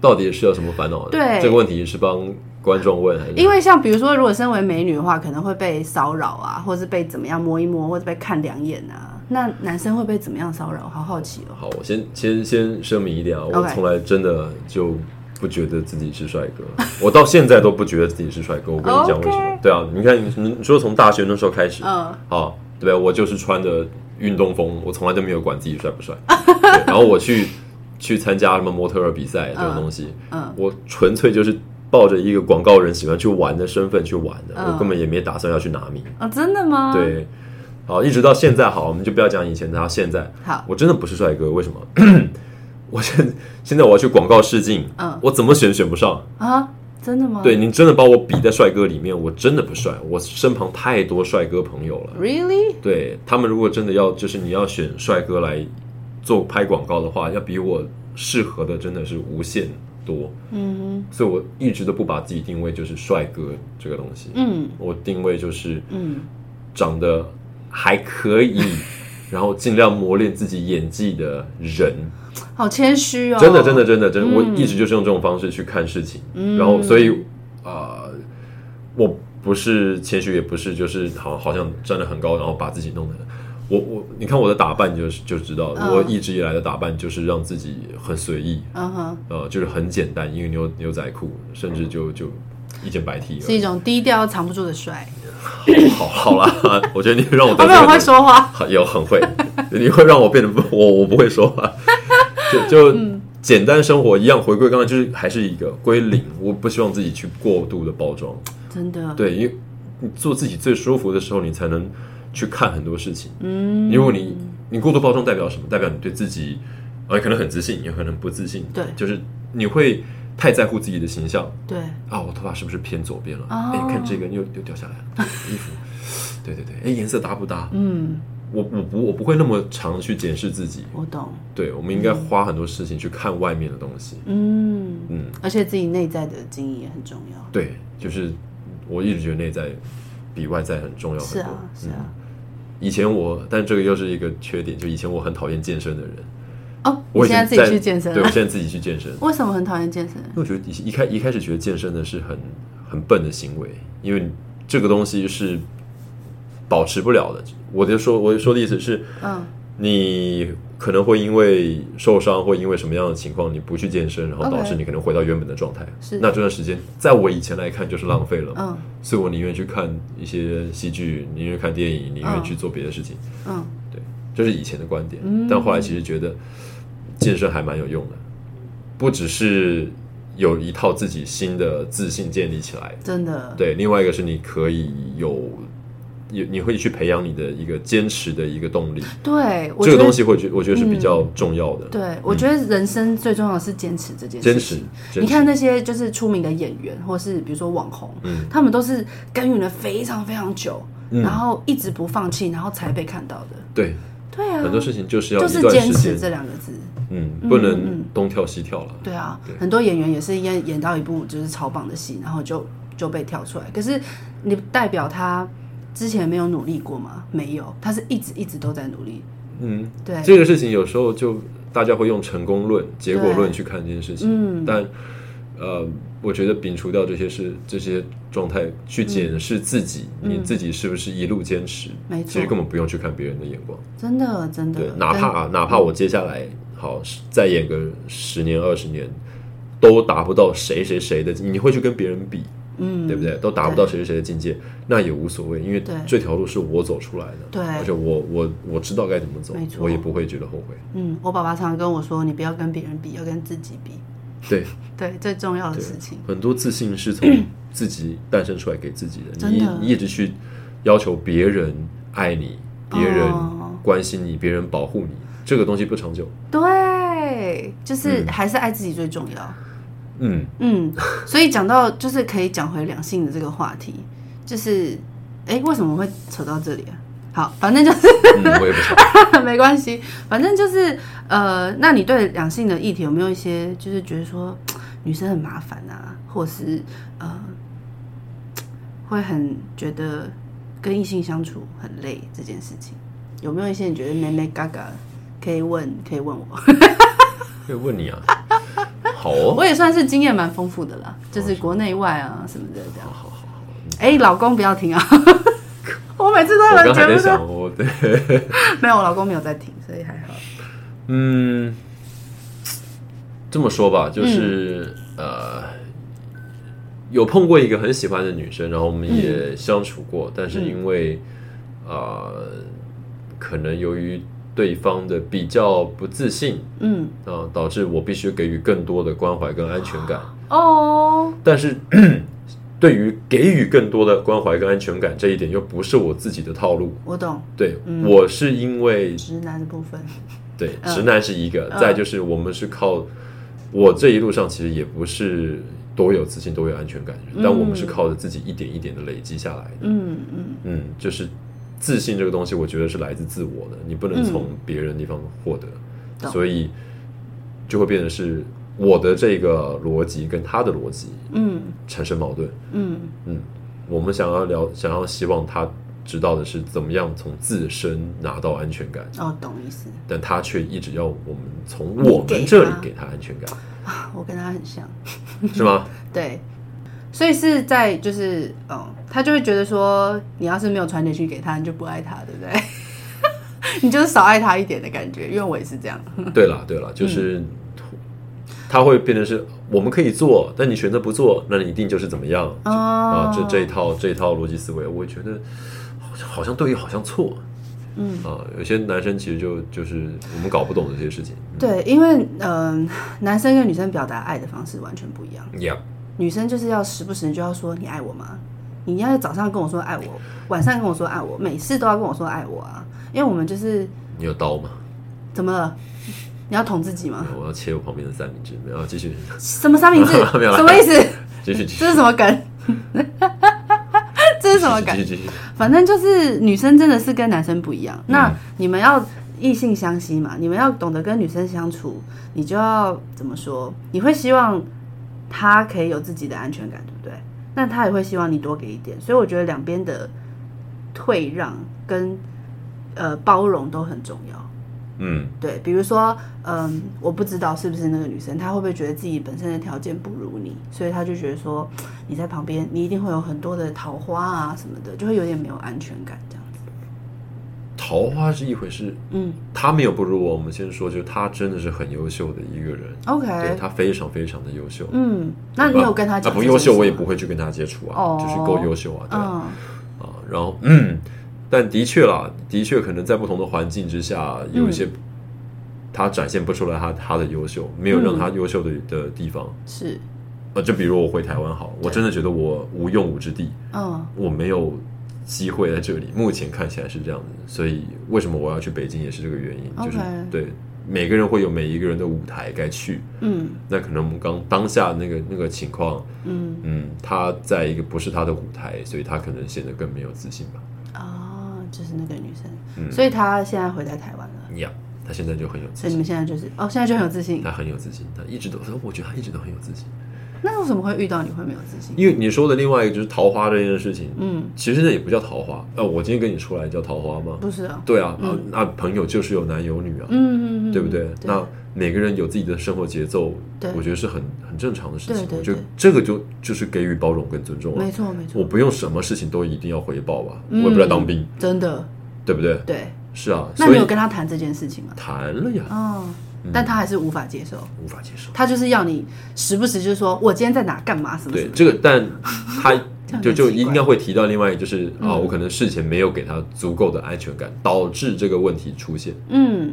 [SPEAKER 2] 到底是有什么烦恼呢？
[SPEAKER 1] 对
[SPEAKER 2] 这个问题是帮观众问还是？
[SPEAKER 1] 因为像比如说，如果身为美女的话，可能会被骚扰啊，或者是被怎么样摸一摸，或者被看两眼啊。那男生会被怎么样骚扰？好好奇哦。
[SPEAKER 2] 好，我先先先声明一点啊，我
[SPEAKER 1] OK
[SPEAKER 2] 从来真的就不觉得自己是帅哥，我到现在都不觉得自己是帅哥。我跟你讲为什么
[SPEAKER 1] OK
[SPEAKER 2] 对啊，你看你你说从大学那时候开始，
[SPEAKER 1] 嗯，
[SPEAKER 2] 啊，对吧？我就是穿的运动风，我从来都没有管自己帅不 [LAUGHS] 帅。对然后我去去参加什么模特儿比赛这种东西，
[SPEAKER 1] 嗯
[SPEAKER 2] 我纯粹就是抱着一个广告人喜欢去玩的身份去玩的，
[SPEAKER 1] 嗯
[SPEAKER 2] 我根本也没打算要去拿名。
[SPEAKER 1] 哦，真的吗？，
[SPEAKER 2] 对，好，一直到现在，好，我们就不要讲以前，然后现在，
[SPEAKER 1] 好，
[SPEAKER 2] 我真的不是帅哥，为什么？ [CLEARS THROAT] 我现现在我要去广告试镜，
[SPEAKER 1] 嗯
[SPEAKER 2] 我怎么选选不上？
[SPEAKER 1] 啊，真的吗？
[SPEAKER 2] 对你真的把我比在帅哥里面，我真的不帅，我身旁太多帅哥朋友了。
[SPEAKER 1] ，really？
[SPEAKER 2] 对他们如果真的要，就是你要选帅哥来做拍广告的话，要比我适合的真的是无限多，
[SPEAKER 1] 嗯
[SPEAKER 2] 所以我一直都不把自己定位就是帅哥这个东西，
[SPEAKER 1] 嗯
[SPEAKER 2] 我定位就是
[SPEAKER 1] 嗯，
[SPEAKER 2] 长得还可以，然后尽量磨练自己演技的人。
[SPEAKER 1] 好谦虚哦。
[SPEAKER 2] 真的，真的，，真的，真的，
[SPEAKER 1] 嗯
[SPEAKER 2] 我一直就是用这种方式去看事情，
[SPEAKER 1] 嗯
[SPEAKER 2] 然后所以呃，我不是谦虚，也不是就是好好像站得很高，然后把自己弄得。我我你看我的打扮就是就知道，
[SPEAKER 1] 嗯
[SPEAKER 2] 我一直以来的打扮就是让自己很随意，
[SPEAKER 1] 嗯哼，
[SPEAKER 2] 呃，就是很简单，因为牛牛仔裤，甚至就就一件白 T 而
[SPEAKER 1] 是一种低调藏不住的帅。
[SPEAKER 2] 已。好好啦， [LAUGHS] 我觉得你让我
[SPEAKER 1] 我
[SPEAKER 2] 得
[SPEAKER 1] 啊没
[SPEAKER 2] 罪
[SPEAKER 1] 有
[SPEAKER 2] 了
[SPEAKER 1] 会说话，
[SPEAKER 2] 很有很会，你会让我变得不我我不会说话，就就
[SPEAKER 1] 嗯
[SPEAKER 2] 简单生活一样回归刚才就是还是一个归零，我不希望自己去过度的包装，
[SPEAKER 1] 真的。
[SPEAKER 2] 对，因为你做自己最舒服的时候，你才能去看很多事情。嗯，如果你你过度包装代表什么？代表你对自己，呃，可能很自信，也可能不自信，
[SPEAKER 1] 对
[SPEAKER 2] 就是你会太在乎自己的形象，
[SPEAKER 1] 对，
[SPEAKER 2] 啊，我头发是不是偏左边了？
[SPEAKER 1] 哦
[SPEAKER 2] 哎、看这个又又掉下来了，衣服， [LAUGHS] 对对对，哎，颜色搭不搭？
[SPEAKER 1] 嗯，
[SPEAKER 2] 我我不我不会那么常去检视自己，
[SPEAKER 1] 我懂。
[SPEAKER 2] 对，我们应该花很多事情去看外面的东西。
[SPEAKER 1] 嗯，
[SPEAKER 2] 嗯，
[SPEAKER 1] 而且自己内在的经营也很重要。
[SPEAKER 2] 对，就是我一直觉得内在比外在很重要
[SPEAKER 1] 是
[SPEAKER 2] 很多。嗯
[SPEAKER 1] 啊，是啊。
[SPEAKER 2] 以前我，但这个又是一个缺点，就以前我很讨厌健身的人，
[SPEAKER 1] 哦，
[SPEAKER 2] 我
[SPEAKER 1] 你
[SPEAKER 2] 已
[SPEAKER 1] 现在
[SPEAKER 2] 经
[SPEAKER 1] 自己去健身啊
[SPEAKER 2] 对
[SPEAKER 1] 了
[SPEAKER 2] 我？现在自己去健身，因
[SPEAKER 1] 为什么很讨厌健身？
[SPEAKER 2] 为我觉得以一开一开始觉得健身的是很很笨的行为，因为这个东西是保持不了的。我就说，我说的意思是，
[SPEAKER 1] 嗯，
[SPEAKER 2] 你可能会因为受伤或因为什么样的情况，你不去健身，然后
[SPEAKER 1] OK
[SPEAKER 2] 导致你可能回到原本的状态。
[SPEAKER 1] 是
[SPEAKER 2] 那这段时间，在我以前来看就是浪费了。
[SPEAKER 1] 嗯
[SPEAKER 2] 所以我宁愿去看一些戏剧，宁愿看电影，宁愿
[SPEAKER 1] 嗯
[SPEAKER 2] 去做别的事情。
[SPEAKER 1] 嗯，
[SPEAKER 2] 对，这是以前的观点。但后来其实觉得健身还蛮有用的，不只是有一套自己新的自信建立起来，
[SPEAKER 1] 真的。
[SPEAKER 2] 对，另外一个是你可以有。有你会去培养你的一个坚持的一个动力，
[SPEAKER 1] 对，我觉
[SPEAKER 2] 这个
[SPEAKER 1] 得嗯
[SPEAKER 2] 东西会觉我觉得是比较重要的。
[SPEAKER 1] 对，我觉得人生最重要的是坚持这件事
[SPEAKER 2] 坚持
[SPEAKER 1] 情。，
[SPEAKER 2] 坚
[SPEAKER 1] 你
[SPEAKER 2] 持
[SPEAKER 1] 看那些就是出名的演员，或是比如说网红，
[SPEAKER 2] 嗯
[SPEAKER 1] 他们都是耕耘了非常非常久，
[SPEAKER 2] 嗯
[SPEAKER 1] 然后一直不放弃，然后才被看到的。
[SPEAKER 2] 对
[SPEAKER 1] 对啊，
[SPEAKER 2] 很多事情就是要
[SPEAKER 1] 就
[SPEAKER 2] 一
[SPEAKER 1] 是
[SPEAKER 2] 段
[SPEAKER 1] 坚
[SPEAKER 2] 时
[SPEAKER 1] 持
[SPEAKER 2] 间，
[SPEAKER 1] 这两个字。
[SPEAKER 2] 嗯，不能东跳西跳了。
[SPEAKER 1] 对啊，
[SPEAKER 2] 对
[SPEAKER 1] 很多演员也是演演到一部就是超棒的戏，然后就就被跳出来。可是你代表他之前没有努力过吗？没有，他是一直一直都在努力。
[SPEAKER 2] 嗯，
[SPEAKER 1] 对，
[SPEAKER 2] 这个事情有时候就大家会用成功论、结果论去看这件事情，
[SPEAKER 1] 嗯
[SPEAKER 2] 但呃，我觉得摒除掉这些事、这些状态，去检视自己，你自己是不是一路坚持，
[SPEAKER 1] 嗯没
[SPEAKER 2] 其
[SPEAKER 1] 错
[SPEAKER 2] 实，根本不用去看别人的眼光。
[SPEAKER 1] 真的真
[SPEAKER 2] 对
[SPEAKER 1] 的，，
[SPEAKER 2] 哪怕、啊哪
[SPEAKER 1] 嗯
[SPEAKER 2] 怕我接下来好再演个十年二十年，都达不到谁谁谁的，你会去跟别人比，
[SPEAKER 1] 嗯，
[SPEAKER 2] 对不对？都达不到谁谁谁的境界，那也无所谓，因为
[SPEAKER 1] 对
[SPEAKER 2] 这条路是我走出来的，
[SPEAKER 1] 对
[SPEAKER 2] 而且我我我知道该怎么走
[SPEAKER 1] 没，错
[SPEAKER 2] 我也不会觉得后悔。
[SPEAKER 1] 嗯，我爸爸常常跟我说，你不要跟别人比，要跟自己比。
[SPEAKER 2] 对，
[SPEAKER 1] [LAUGHS] 对，最重要的事情。
[SPEAKER 2] 很多自信
[SPEAKER 1] [CLEARS THROAT]
[SPEAKER 2] 是从自己诞生出来给自己的，
[SPEAKER 1] 真
[SPEAKER 2] 你
[SPEAKER 1] 的
[SPEAKER 2] 你一直去要求别人爱你，别人
[SPEAKER 1] 哦
[SPEAKER 2] 关心你，别人保护你，这个东西不长久。
[SPEAKER 1] 对，就是
[SPEAKER 2] 嗯
[SPEAKER 1] 还是爱自己最重要。 [LAUGHS]
[SPEAKER 2] 嗯，
[SPEAKER 1] 嗯，所以讲到就是可以讲回两性的这个话题，就是哎、诶为什么会扯到这里啊？好，反正就是
[SPEAKER 2] 嗯我也不晓得。
[SPEAKER 1] [LAUGHS] 没关系，反正就是呃，那你对两性的议题有没有一些就是觉得说女生很麻烦啊，或是呃会很觉得跟异性相处很累这件事情，有没有一些你觉得妹妹嘎嘎可以问可以问我？ [LAUGHS]
[SPEAKER 2] 可以问你啊，好哦。
[SPEAKER 1] 我也算是经验蛮丰富的啦，就是国内外啊什么的这样。哎、老公不要听啊！ [LAUGHS] 我每次都
[SPEAKER 2] 我
[SPEAKER 1] 有节
[SPEAKER 2] 刚才在
[SPEAKER 1] 目说
[SPEAKER 2] 想，我 [LAUGHS] 对，
[SPEAKER 1] 没有，我老公没有在听，所以还好。
[SPEAKER 2] 嗯，这么说吧，就是、
[SPEAKER 1] 嗯
[SPEAKER 2] 呃，有碰过一个很喜欢的女生，然后我们也相处过，但
[SPEAKER 1] 嗯
[SPEAKER 2] 是因为呃，可能由于对方的比较不自信，
[SPEAKER 1] 嗯，
[SPEAKER 2] 啊、导致我必须给予更多的关怀跟安全
[SPEAKER 1] [SIGHS]
[SPEAKER 2] 感，
[SPEAKER 1] 哦，
[SPEAKER 2] 但是。 [CLEARS THROAT] 对于给予更多的关怀跟安全感这一点，又不是我自己的套路。
[SPEAKER 1] 我懂，
[SPEAKER 2] 对、
[SPEAKER 1] 嗯
[SPEAKER 2] 我是因为
[SPEAKER 1] 直男的部分。
[SPEAKER 2] 对，
[SPEAKER 1] 嗯
[SPEAKER 2] 直男是一个，
[SPEAKER 1] 嗯
[SPEAKER 2] 再就是我们是靠我这一路上其实也不是多有自信、多有安全感的
[SPEAKER 1] 嗯
[SPEAKER 2] 人，但我们是靠着自己一点一点的累积下来的。
[SPEAKER 1] 嗯嗯，
[SPEAKER 2] 嗯，就是自信这个东西，我觉得是来自自我的，你不能
[SPEAKER 1] 嗯
[SPEAKER 2] 从别人地方获得，
[SPEAKER 1] 懂
[SPEAKER 2] 所以就会变成是我的这个逻辑跟他的逻辑
[SPEAKER 1] 嗯
[SPEAKER 2] 产生矛盾。
[SPEAKER 1] 嗯，
[SPEAKER 2] 嗯，我们想要聊，想要希望他知道的是怎么样从自身拿到安全感。
[SPEAKER 1] 哦，懂意思。
[SPEAKER 2] 但他却一直要我们从
[SPEAKER 1] 你
[SPEAKER 2] 我
[SPEAKER 1] 给
[SPEAKER 2] 们这里
[SPEAKER 1] 他
[SPEAKER 2] 给他安全感，
[SPEAKER 1] 啊我跟他很像，
[SPEAKER 2] 是吗？
[SPEAKER 1] [LAUGHS] 对，所以是在就是，嗯，他就会觉得说，你要是没有传递去给他，你就不爱他，对不 [LAUGHS] 对？你就是少爱他一点的感觉，因为我也是这样。
[SPEAKER 2] 对了，对了，
[SPEAKER 1] 嗯
[SPEAKER 2] 就是他会变成是我们可以做，但你选择不做，那你一定就是怎么样
[SPEAKER 1] 哦，
[SPEAKER 2] 啊？这这一套这一套逻辑思维，我觉得好像好像对，好像错。
[SPEAKER 1] 嗯
[SPEAKER 2] 啊，有些男生其实就就是我们搞不懂这些事情。
[SPEAKER 1] 对，因为嗯、男生跟女生表达爱的方式完全不一样。
[SPEAKER 2] Yeah，
[SPEAKER 1] 女生就是要时不时就要说你爱我吗？你要早上跟我说爱我，晚上跟我说爱我，每次都要跟我说爱我啊！因为我们就是
[SPEAKER 2] 你有刀吗？ [LAUGHS]
[SPEAKER 1] 怎么了？你要捅自己吗？
[SPEAKER 2] 我要切我旁边的三明治，没有，继续
[SPEAKER 1] 什么三明治？
[SPEAKER 2] [LAUGHS] 没有啦
[SPEAKER 1] 什么意思？
[SPEAKER 2] 继续继续
[SPEAKER 1] 这是什么梗？ [LAUGHS] 这是什么梗
[SPEAKER 2] 继？续嗯继续。继续
[SPEAKER 1] 反正就是女生真的是跟男生不一样。那你们要异性相吸嘛，你们要懂得跟女生相处，你就要怎么说？你会希望她可以有自己的安全感，对不对？那她也会希望你多给一点。所以我觉得两边的退让跟呃包容都很重要。
[SPEAKER 2] 嗯，
[SPEAKER 1] 对，比如说，嗯，我不知道是不是那个女生，她会不会觉得自己本身的条件不如你，所以她就觉得说你在旁边，你一定会有很多的桃花啊什么的，就会有点没有安全感这样子。
[SPEAKER 2] 桃花是一回事，
[SPEAKER 1] 嗯
[SPEAKER 2] 他没有不如我。我们先说，就是他真的是很优秀的一个人。对
[SPEAKER 1] ，OK，
[SPEAKER 2] 他非常非常的优秀。
[SPEAKER 1] 嗯，那你有跟她
[SPEAKER 2] 他
[SPEAKER 1] 讲
[SPEAKER 2] 不
[SPEAKER 1] 这件
[SPEAKER 2] 优秀，
[SPEAKER 1] 事
[SPEAKER 2] 我也
[SPEAKER 1] 吗
[SPEAKER 2] 不会去跟他接触啊，
[SPEAKER 1] 哦
[SPEAKER 2] 就是够优秀啊，对啊，
[SPEAKER 1] 嗯
[SPEAKER 2] 啊然后嗯，但的确啦，的确可能在不同的环境之下，有一
[SPEAKER 1] 嗯
[SPEAKER 2] 些他展现不出来他他的优秀，没有
[SPEAKER 1] 嗯
[SPEAKER 2] 让他优秀的的地方。
[SPEAKER 1] 是，
[SPEAKER 2] 呃，就比如我回台湾好，我真的觉得我无用武之地，
[SPEAKER 1] 嗯
[SPEAKER 2] 我没有机会在这里。目前看起来是这样子，所以为什么我要去北京也是这个原因，就是
[SPEAKER 1] OK
[SPEAKER 2] 对每个人会有每一个人的舞台该去。
[SPEAKER 1] 嗯
[SPEAKER 2] 那可能我们刚当下那个那个情况，
[SPEAKER 1] 嗯
[SPEAKER 2] 嗯，他在一个不是他的舞台，所以他可能显得更没有自信吧。
[SPEAKER 1] 啊，就是那个女生，
[SPEAKER 2] 嗯
[SPEAKER 1] 所以她现在回来台湾了。
[SPEAKER 2] 一样，他现在就很有自
[SPEAKER 1] 所以你
[SPEAKER 2] 信，
[SPEAKER 1] 们现在就是哦，现在就很有自信。
[SPEAKER 2] 他很有自信，他一直都，我觉得他一直都很有自信。
[SPEAKER 1] 那为什么会遇到你会没有自信？
[SPEAKER 2] 因为你说的另外一个就是桃花这件事情，
[SPEAKER 1] 嗯，
[SPEAKER 2] 其实那也不叫桃花。呃，我今天跟你出来叫桃花吗？
[SPEAKER 1] 不是啊，
[SPEAKER 2] 对啊，呃那朋友就是有男有女啊，
[SPEAKER 1] 嗯嗯嗯，
[SPEAKER 2] 对不对？
[SPEAKER 1] 对
[SPEAKER 2] 那每个人有自己的生活节奏
[SPEAKER 1] 对，
[SPEAKER 2] 我觉得是很很正常的事
[SPEAKER 1] 对
[SPEAKER 2] 情。
[SPEAKER 1] 对
[SPEAKER 2] 我觉得
[SPEAKER 1] 对
[SPEAKER 2] 这个就就是给予包容跟尊重啊
[SPEAKER 1] 嗯没。错没嗯错，
[SPEAKER 2] 我不用什么事情都一定要回报吧，我也不来当兵，
[SPEAKER 1] 真的
[SPEAKER 2] 对不对？
[SPEAKER 1] 对。
[SPEAKER 2] 是啊，
[SPEAKER 1] 那
[SPEAKER 2] 所
[SPEAKER 1] 你
[SPEAKER 2] 以嗯
[SPEAKER 1] 有跟他谈这件事情吗？
[SPEAKER 2] 谈了呀，
[SPEAKER 1] 哦，但他还是无法接受，
[SPEAKER 2] 无法接受。
[SPEAKER 1] 他就是要你时不时就说我今天在哪干嘛什么什
[SPEAKER 2] 对
[SPEAKER 1] 么。
[SPEAKER 2] 这个，
[SPEAKER 1] [LAUGHS]
[SPEAKER 2] 但他
[SPEAKER 1] 样
[SPEAKER 2] 就
[SPEAKER 1] 很奇怪
[SPEAKER 2] 就
[SPEAKER 1] 嗯
[SPEAKER 2] 应该会提到另外一个就是啊，我可能事前没有给他足够的安全感，导致这个问题出现。
[SPEAKER 1] 嗯，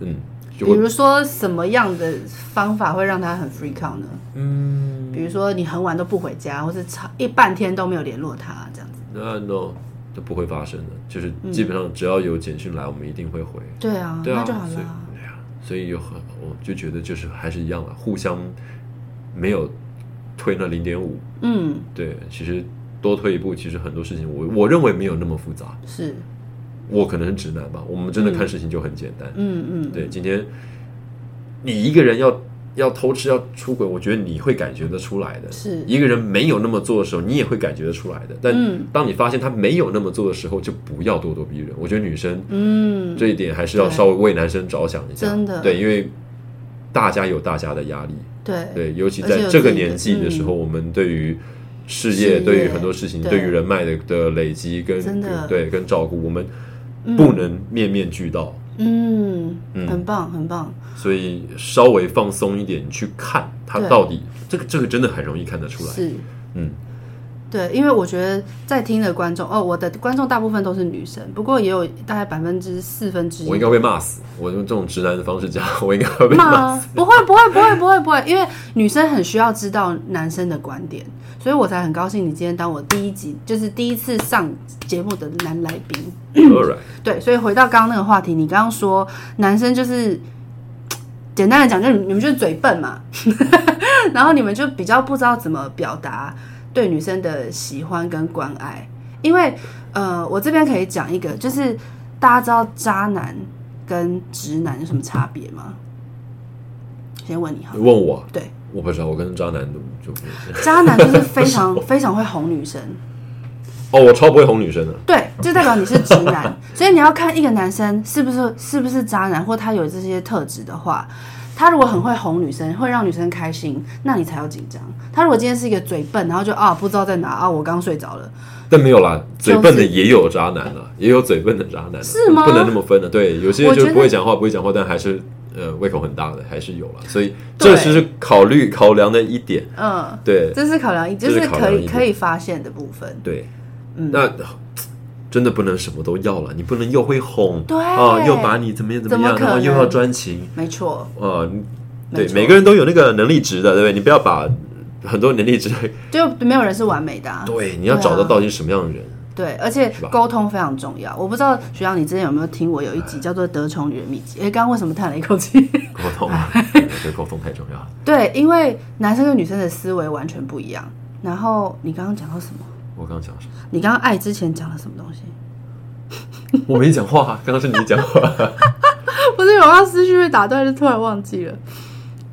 [SPEAKER 2] 嗯，
[SPEAKER 1] 比
[SPEAKER 2] 就会
[SPEAKER 1] 如说什么样的方法会让他很 free count 呢？
[SPEAKER 2] 嗯，
[SPEAKER 1] 比如说你很晚都不回家，或是长一半天都没有联络他这样子。
[SPEAKER 2] 那 no，这不会发生的，就是
[SPEAKER 1] 嗯
[SPEAKER 2] 基本上只要有简讯来，我们一定会回。
[SPEAKER 1] 对啊，
[SPEAKER 2] 对啊，
[SPEAKER 1] 那就好了
[SPEAKER 2] 所以
[SPEAKER 1] 啊。
[SPEAKER 2] 对啊，所以有很，我就觉得就是还是一样的，互相没有推那零点五，
[SPEAKER 1] 嗯，
[SPEAKER 2] 对，其实多退一步，其实很多事情我我认为没有那么复杂。
[SPEAKER 1] 是，
[SPEAKER 2] 我可能是直男吧，我们真的看事情就很简单。
[SPEAKER 1] 嗯嗯，
[SPEAKER 2] 对，今天你一个人要要偷吃要出轨，我觉得你会感觉得出来的。
[SPEAKER 1] 是
[SPEAKER 2] 一个人没有那么做的时候，你也会感觉得出来的。但
[SPEAKER 1] 嗯
[SPEAKER 2] 当你发现他没有那么做的时候，就不要咄咄逼人。我觉得女生
[SPEAKER 1] 嗯，
[SPEAKER 2] 这一点还是要
[SPEAKER 1] 对
[SPEAKER 2] 稍微为男生着想一下，
[SPEAKER 1] 真的
[SPEAKER 2] 对，因为大家有大家的压力，
[SPEAKER 1] 对，
[SPEAKER 2] 对，尤其
[SPEAKER 1] 而且
[SPEAKER 2] 在
[SPEAKER 1] 有
[SPEAKER 2] 这个
[SPEAKER 1] 自己的嗯
[SPEAKER 2] 年纪的时候，我们对于事
[SPEAKER 1] 事业
[SPEAKER 2] 业、对于很多事情、
[SPEAKER 1] 对
[SPEAKER 2] 对于人脉的的累积跟
[SPEAKER 1] 真的
[SPEAKER 2] 对跟照顾，我们不能面面俱到。
[SPEAKER 1] 嗯，
[SPEAKER 2] 嗯
[SPEAKER 1] 很棒很棒，
[SPEAKER 2] 所以稍微放松一点，你去看他
[SPEAKER 1] 对
[SPEAKER 2] 到底这个这个真的很容易看得出来。
[SPEAKER 1] 是。
[SPEAKER 2] 嗯，
[SPEAKER 1] 对，因为我觉得在听的观众，哦，我的观众大部分都是女生，不过也有大概百分之四分之一
[SPEAKER 2] 我应该会骂死，我用这种直男的方式讲，我应该会被骂
[SPEAKER 1] 骂啊
[SPEAKER 2] 死。
[SPEAKER 1] 不会不会不会不会不会，因为女生很需要知道男生的观点，所以我才很高兴你今天当我第一集就是第一次上节目的男来宾。
[SPEAKER 2] All right，
[SPEAKER 1] 对，所以回到刚刚那个话题，你刚刚说男生就是。简单的讲，就是你们就是嘴笨嘛， [LAUGHS] 然后你们就比较不知道怎么表达对女生的喜欢跟关爱。因为呃，我这边可以讲一个，就是大家知道渣男跟直男有什么差别吗？先问你哈
[SPEAKER 2] 你，问我，
[SPEAKER 1] 对，
[SPEAKER 2] 我不知道，我跟渣男就就
[SPEAKER 1] 渣男就是非常 [LAUGHS] 非常会哄女生，
[SPEAKER 2] 哦，我超不会哄女生的。
[SPEAKER 1] 对，就代表你是直
[SPEAKER 2] [LAUGHS]
[SPEAKER 1] 男。所以你要看一个男生是不是是不是渣男，或他有这些特质的话，他如果很会哄女生，会让女生开心，那你才要紧张。他如果今天是一个嘴笨，然后就啊不知道在哪啊，我刚睡着了，
[SPEAKER 2] 但没有啦，
[SPEAKER 1] 就
[SPEAKER 2] 嘴
[SPEAKER 1] 是
[SPEAKER 2] 笨的也有渣男啊，也有嘴笨的渣男啊，
[SPEAKER 1] 是吗
[SPEAKER 2] 不能那么分的，对，有些
[SPEAKER 1] 我觉
[SPEAKER 2] 就是
[SPEAKER 1] 得
[SPEAKER 2] 不会讲话，不会讲话，但还是呃胃口很大的，还是有了，所以
[SPEAKER 1] 对
[SPEAKER 2] 这是考虑考量的一点，
[SPEAKER 1] 嗯，
[SPEAKER 2] 对
[SPEAKER 1] 这是考量，就
[SPEAKER 2] 这
[SPEAKER 1] 是
[SPEAKER 2] 是考
[SPEAKER 1] 可
[SPEAKER 2] 量
[SPEAKER 1] 以
[SPEAKER 2] 因素
[SPEAKER 1] 可以发现的部分。
[SPEAKER 2] 对，
[SPEAKER 1] 嗯
[SPEAKER 2] 那。真的不能什么都要了，你不能又会哄，
[SPEAKER 1] 对
[SPEAKER 2] 啊，又把你怎么样怎么样，
[SPEAKER 1] 怎么可
[SPEAKER 2] 然后
[SPEAKER 1] 能
[SPEAKER 2] 又要专情，
[SPEAKER 1] 没错，
[SPEAKER 2] 啊，你对
[SPEAKER 1] 没，错
[SPEAKER 2] 每个人都有那个能力值的，对不对？你不要把很多能力值， [LAUGHS]
[SPEAKER 1] 就没有人是完美的、啊。
[SPEAKER 2] 对，你要
[SPEAKER 1] 对啊
[SPEAKER 2] 找到到底是什么样的人，
[SPEAKER 1] 对，而且
[SPEAKER 2] 吧
[SPEAKER 1] 沟通非常重要。我不知道学长你之前有没有听我有一集叫做《得宠女人秘籍》？哎，刚刚为什么叹了一口气？
[SPEAKER 2] 沟通 [LAUGHS] 啊，对对沟通太重要了。
[SPEAKER 1] 对，因为男生跟女生的思维完全不一样。然后你刚刚讲到什么？
[SPEAKER 2] 我刚刚讲什么？ [LAUGHS]
[SPEAKER 1] 你刚刚爱之前讲了什么 [LAUGHS] 东西？
[SPEAKER 2] 我没讲话啊，刚刚是你讲话。
[SPEAKER 1] 不是有要思绪被打断，就突然忘记了。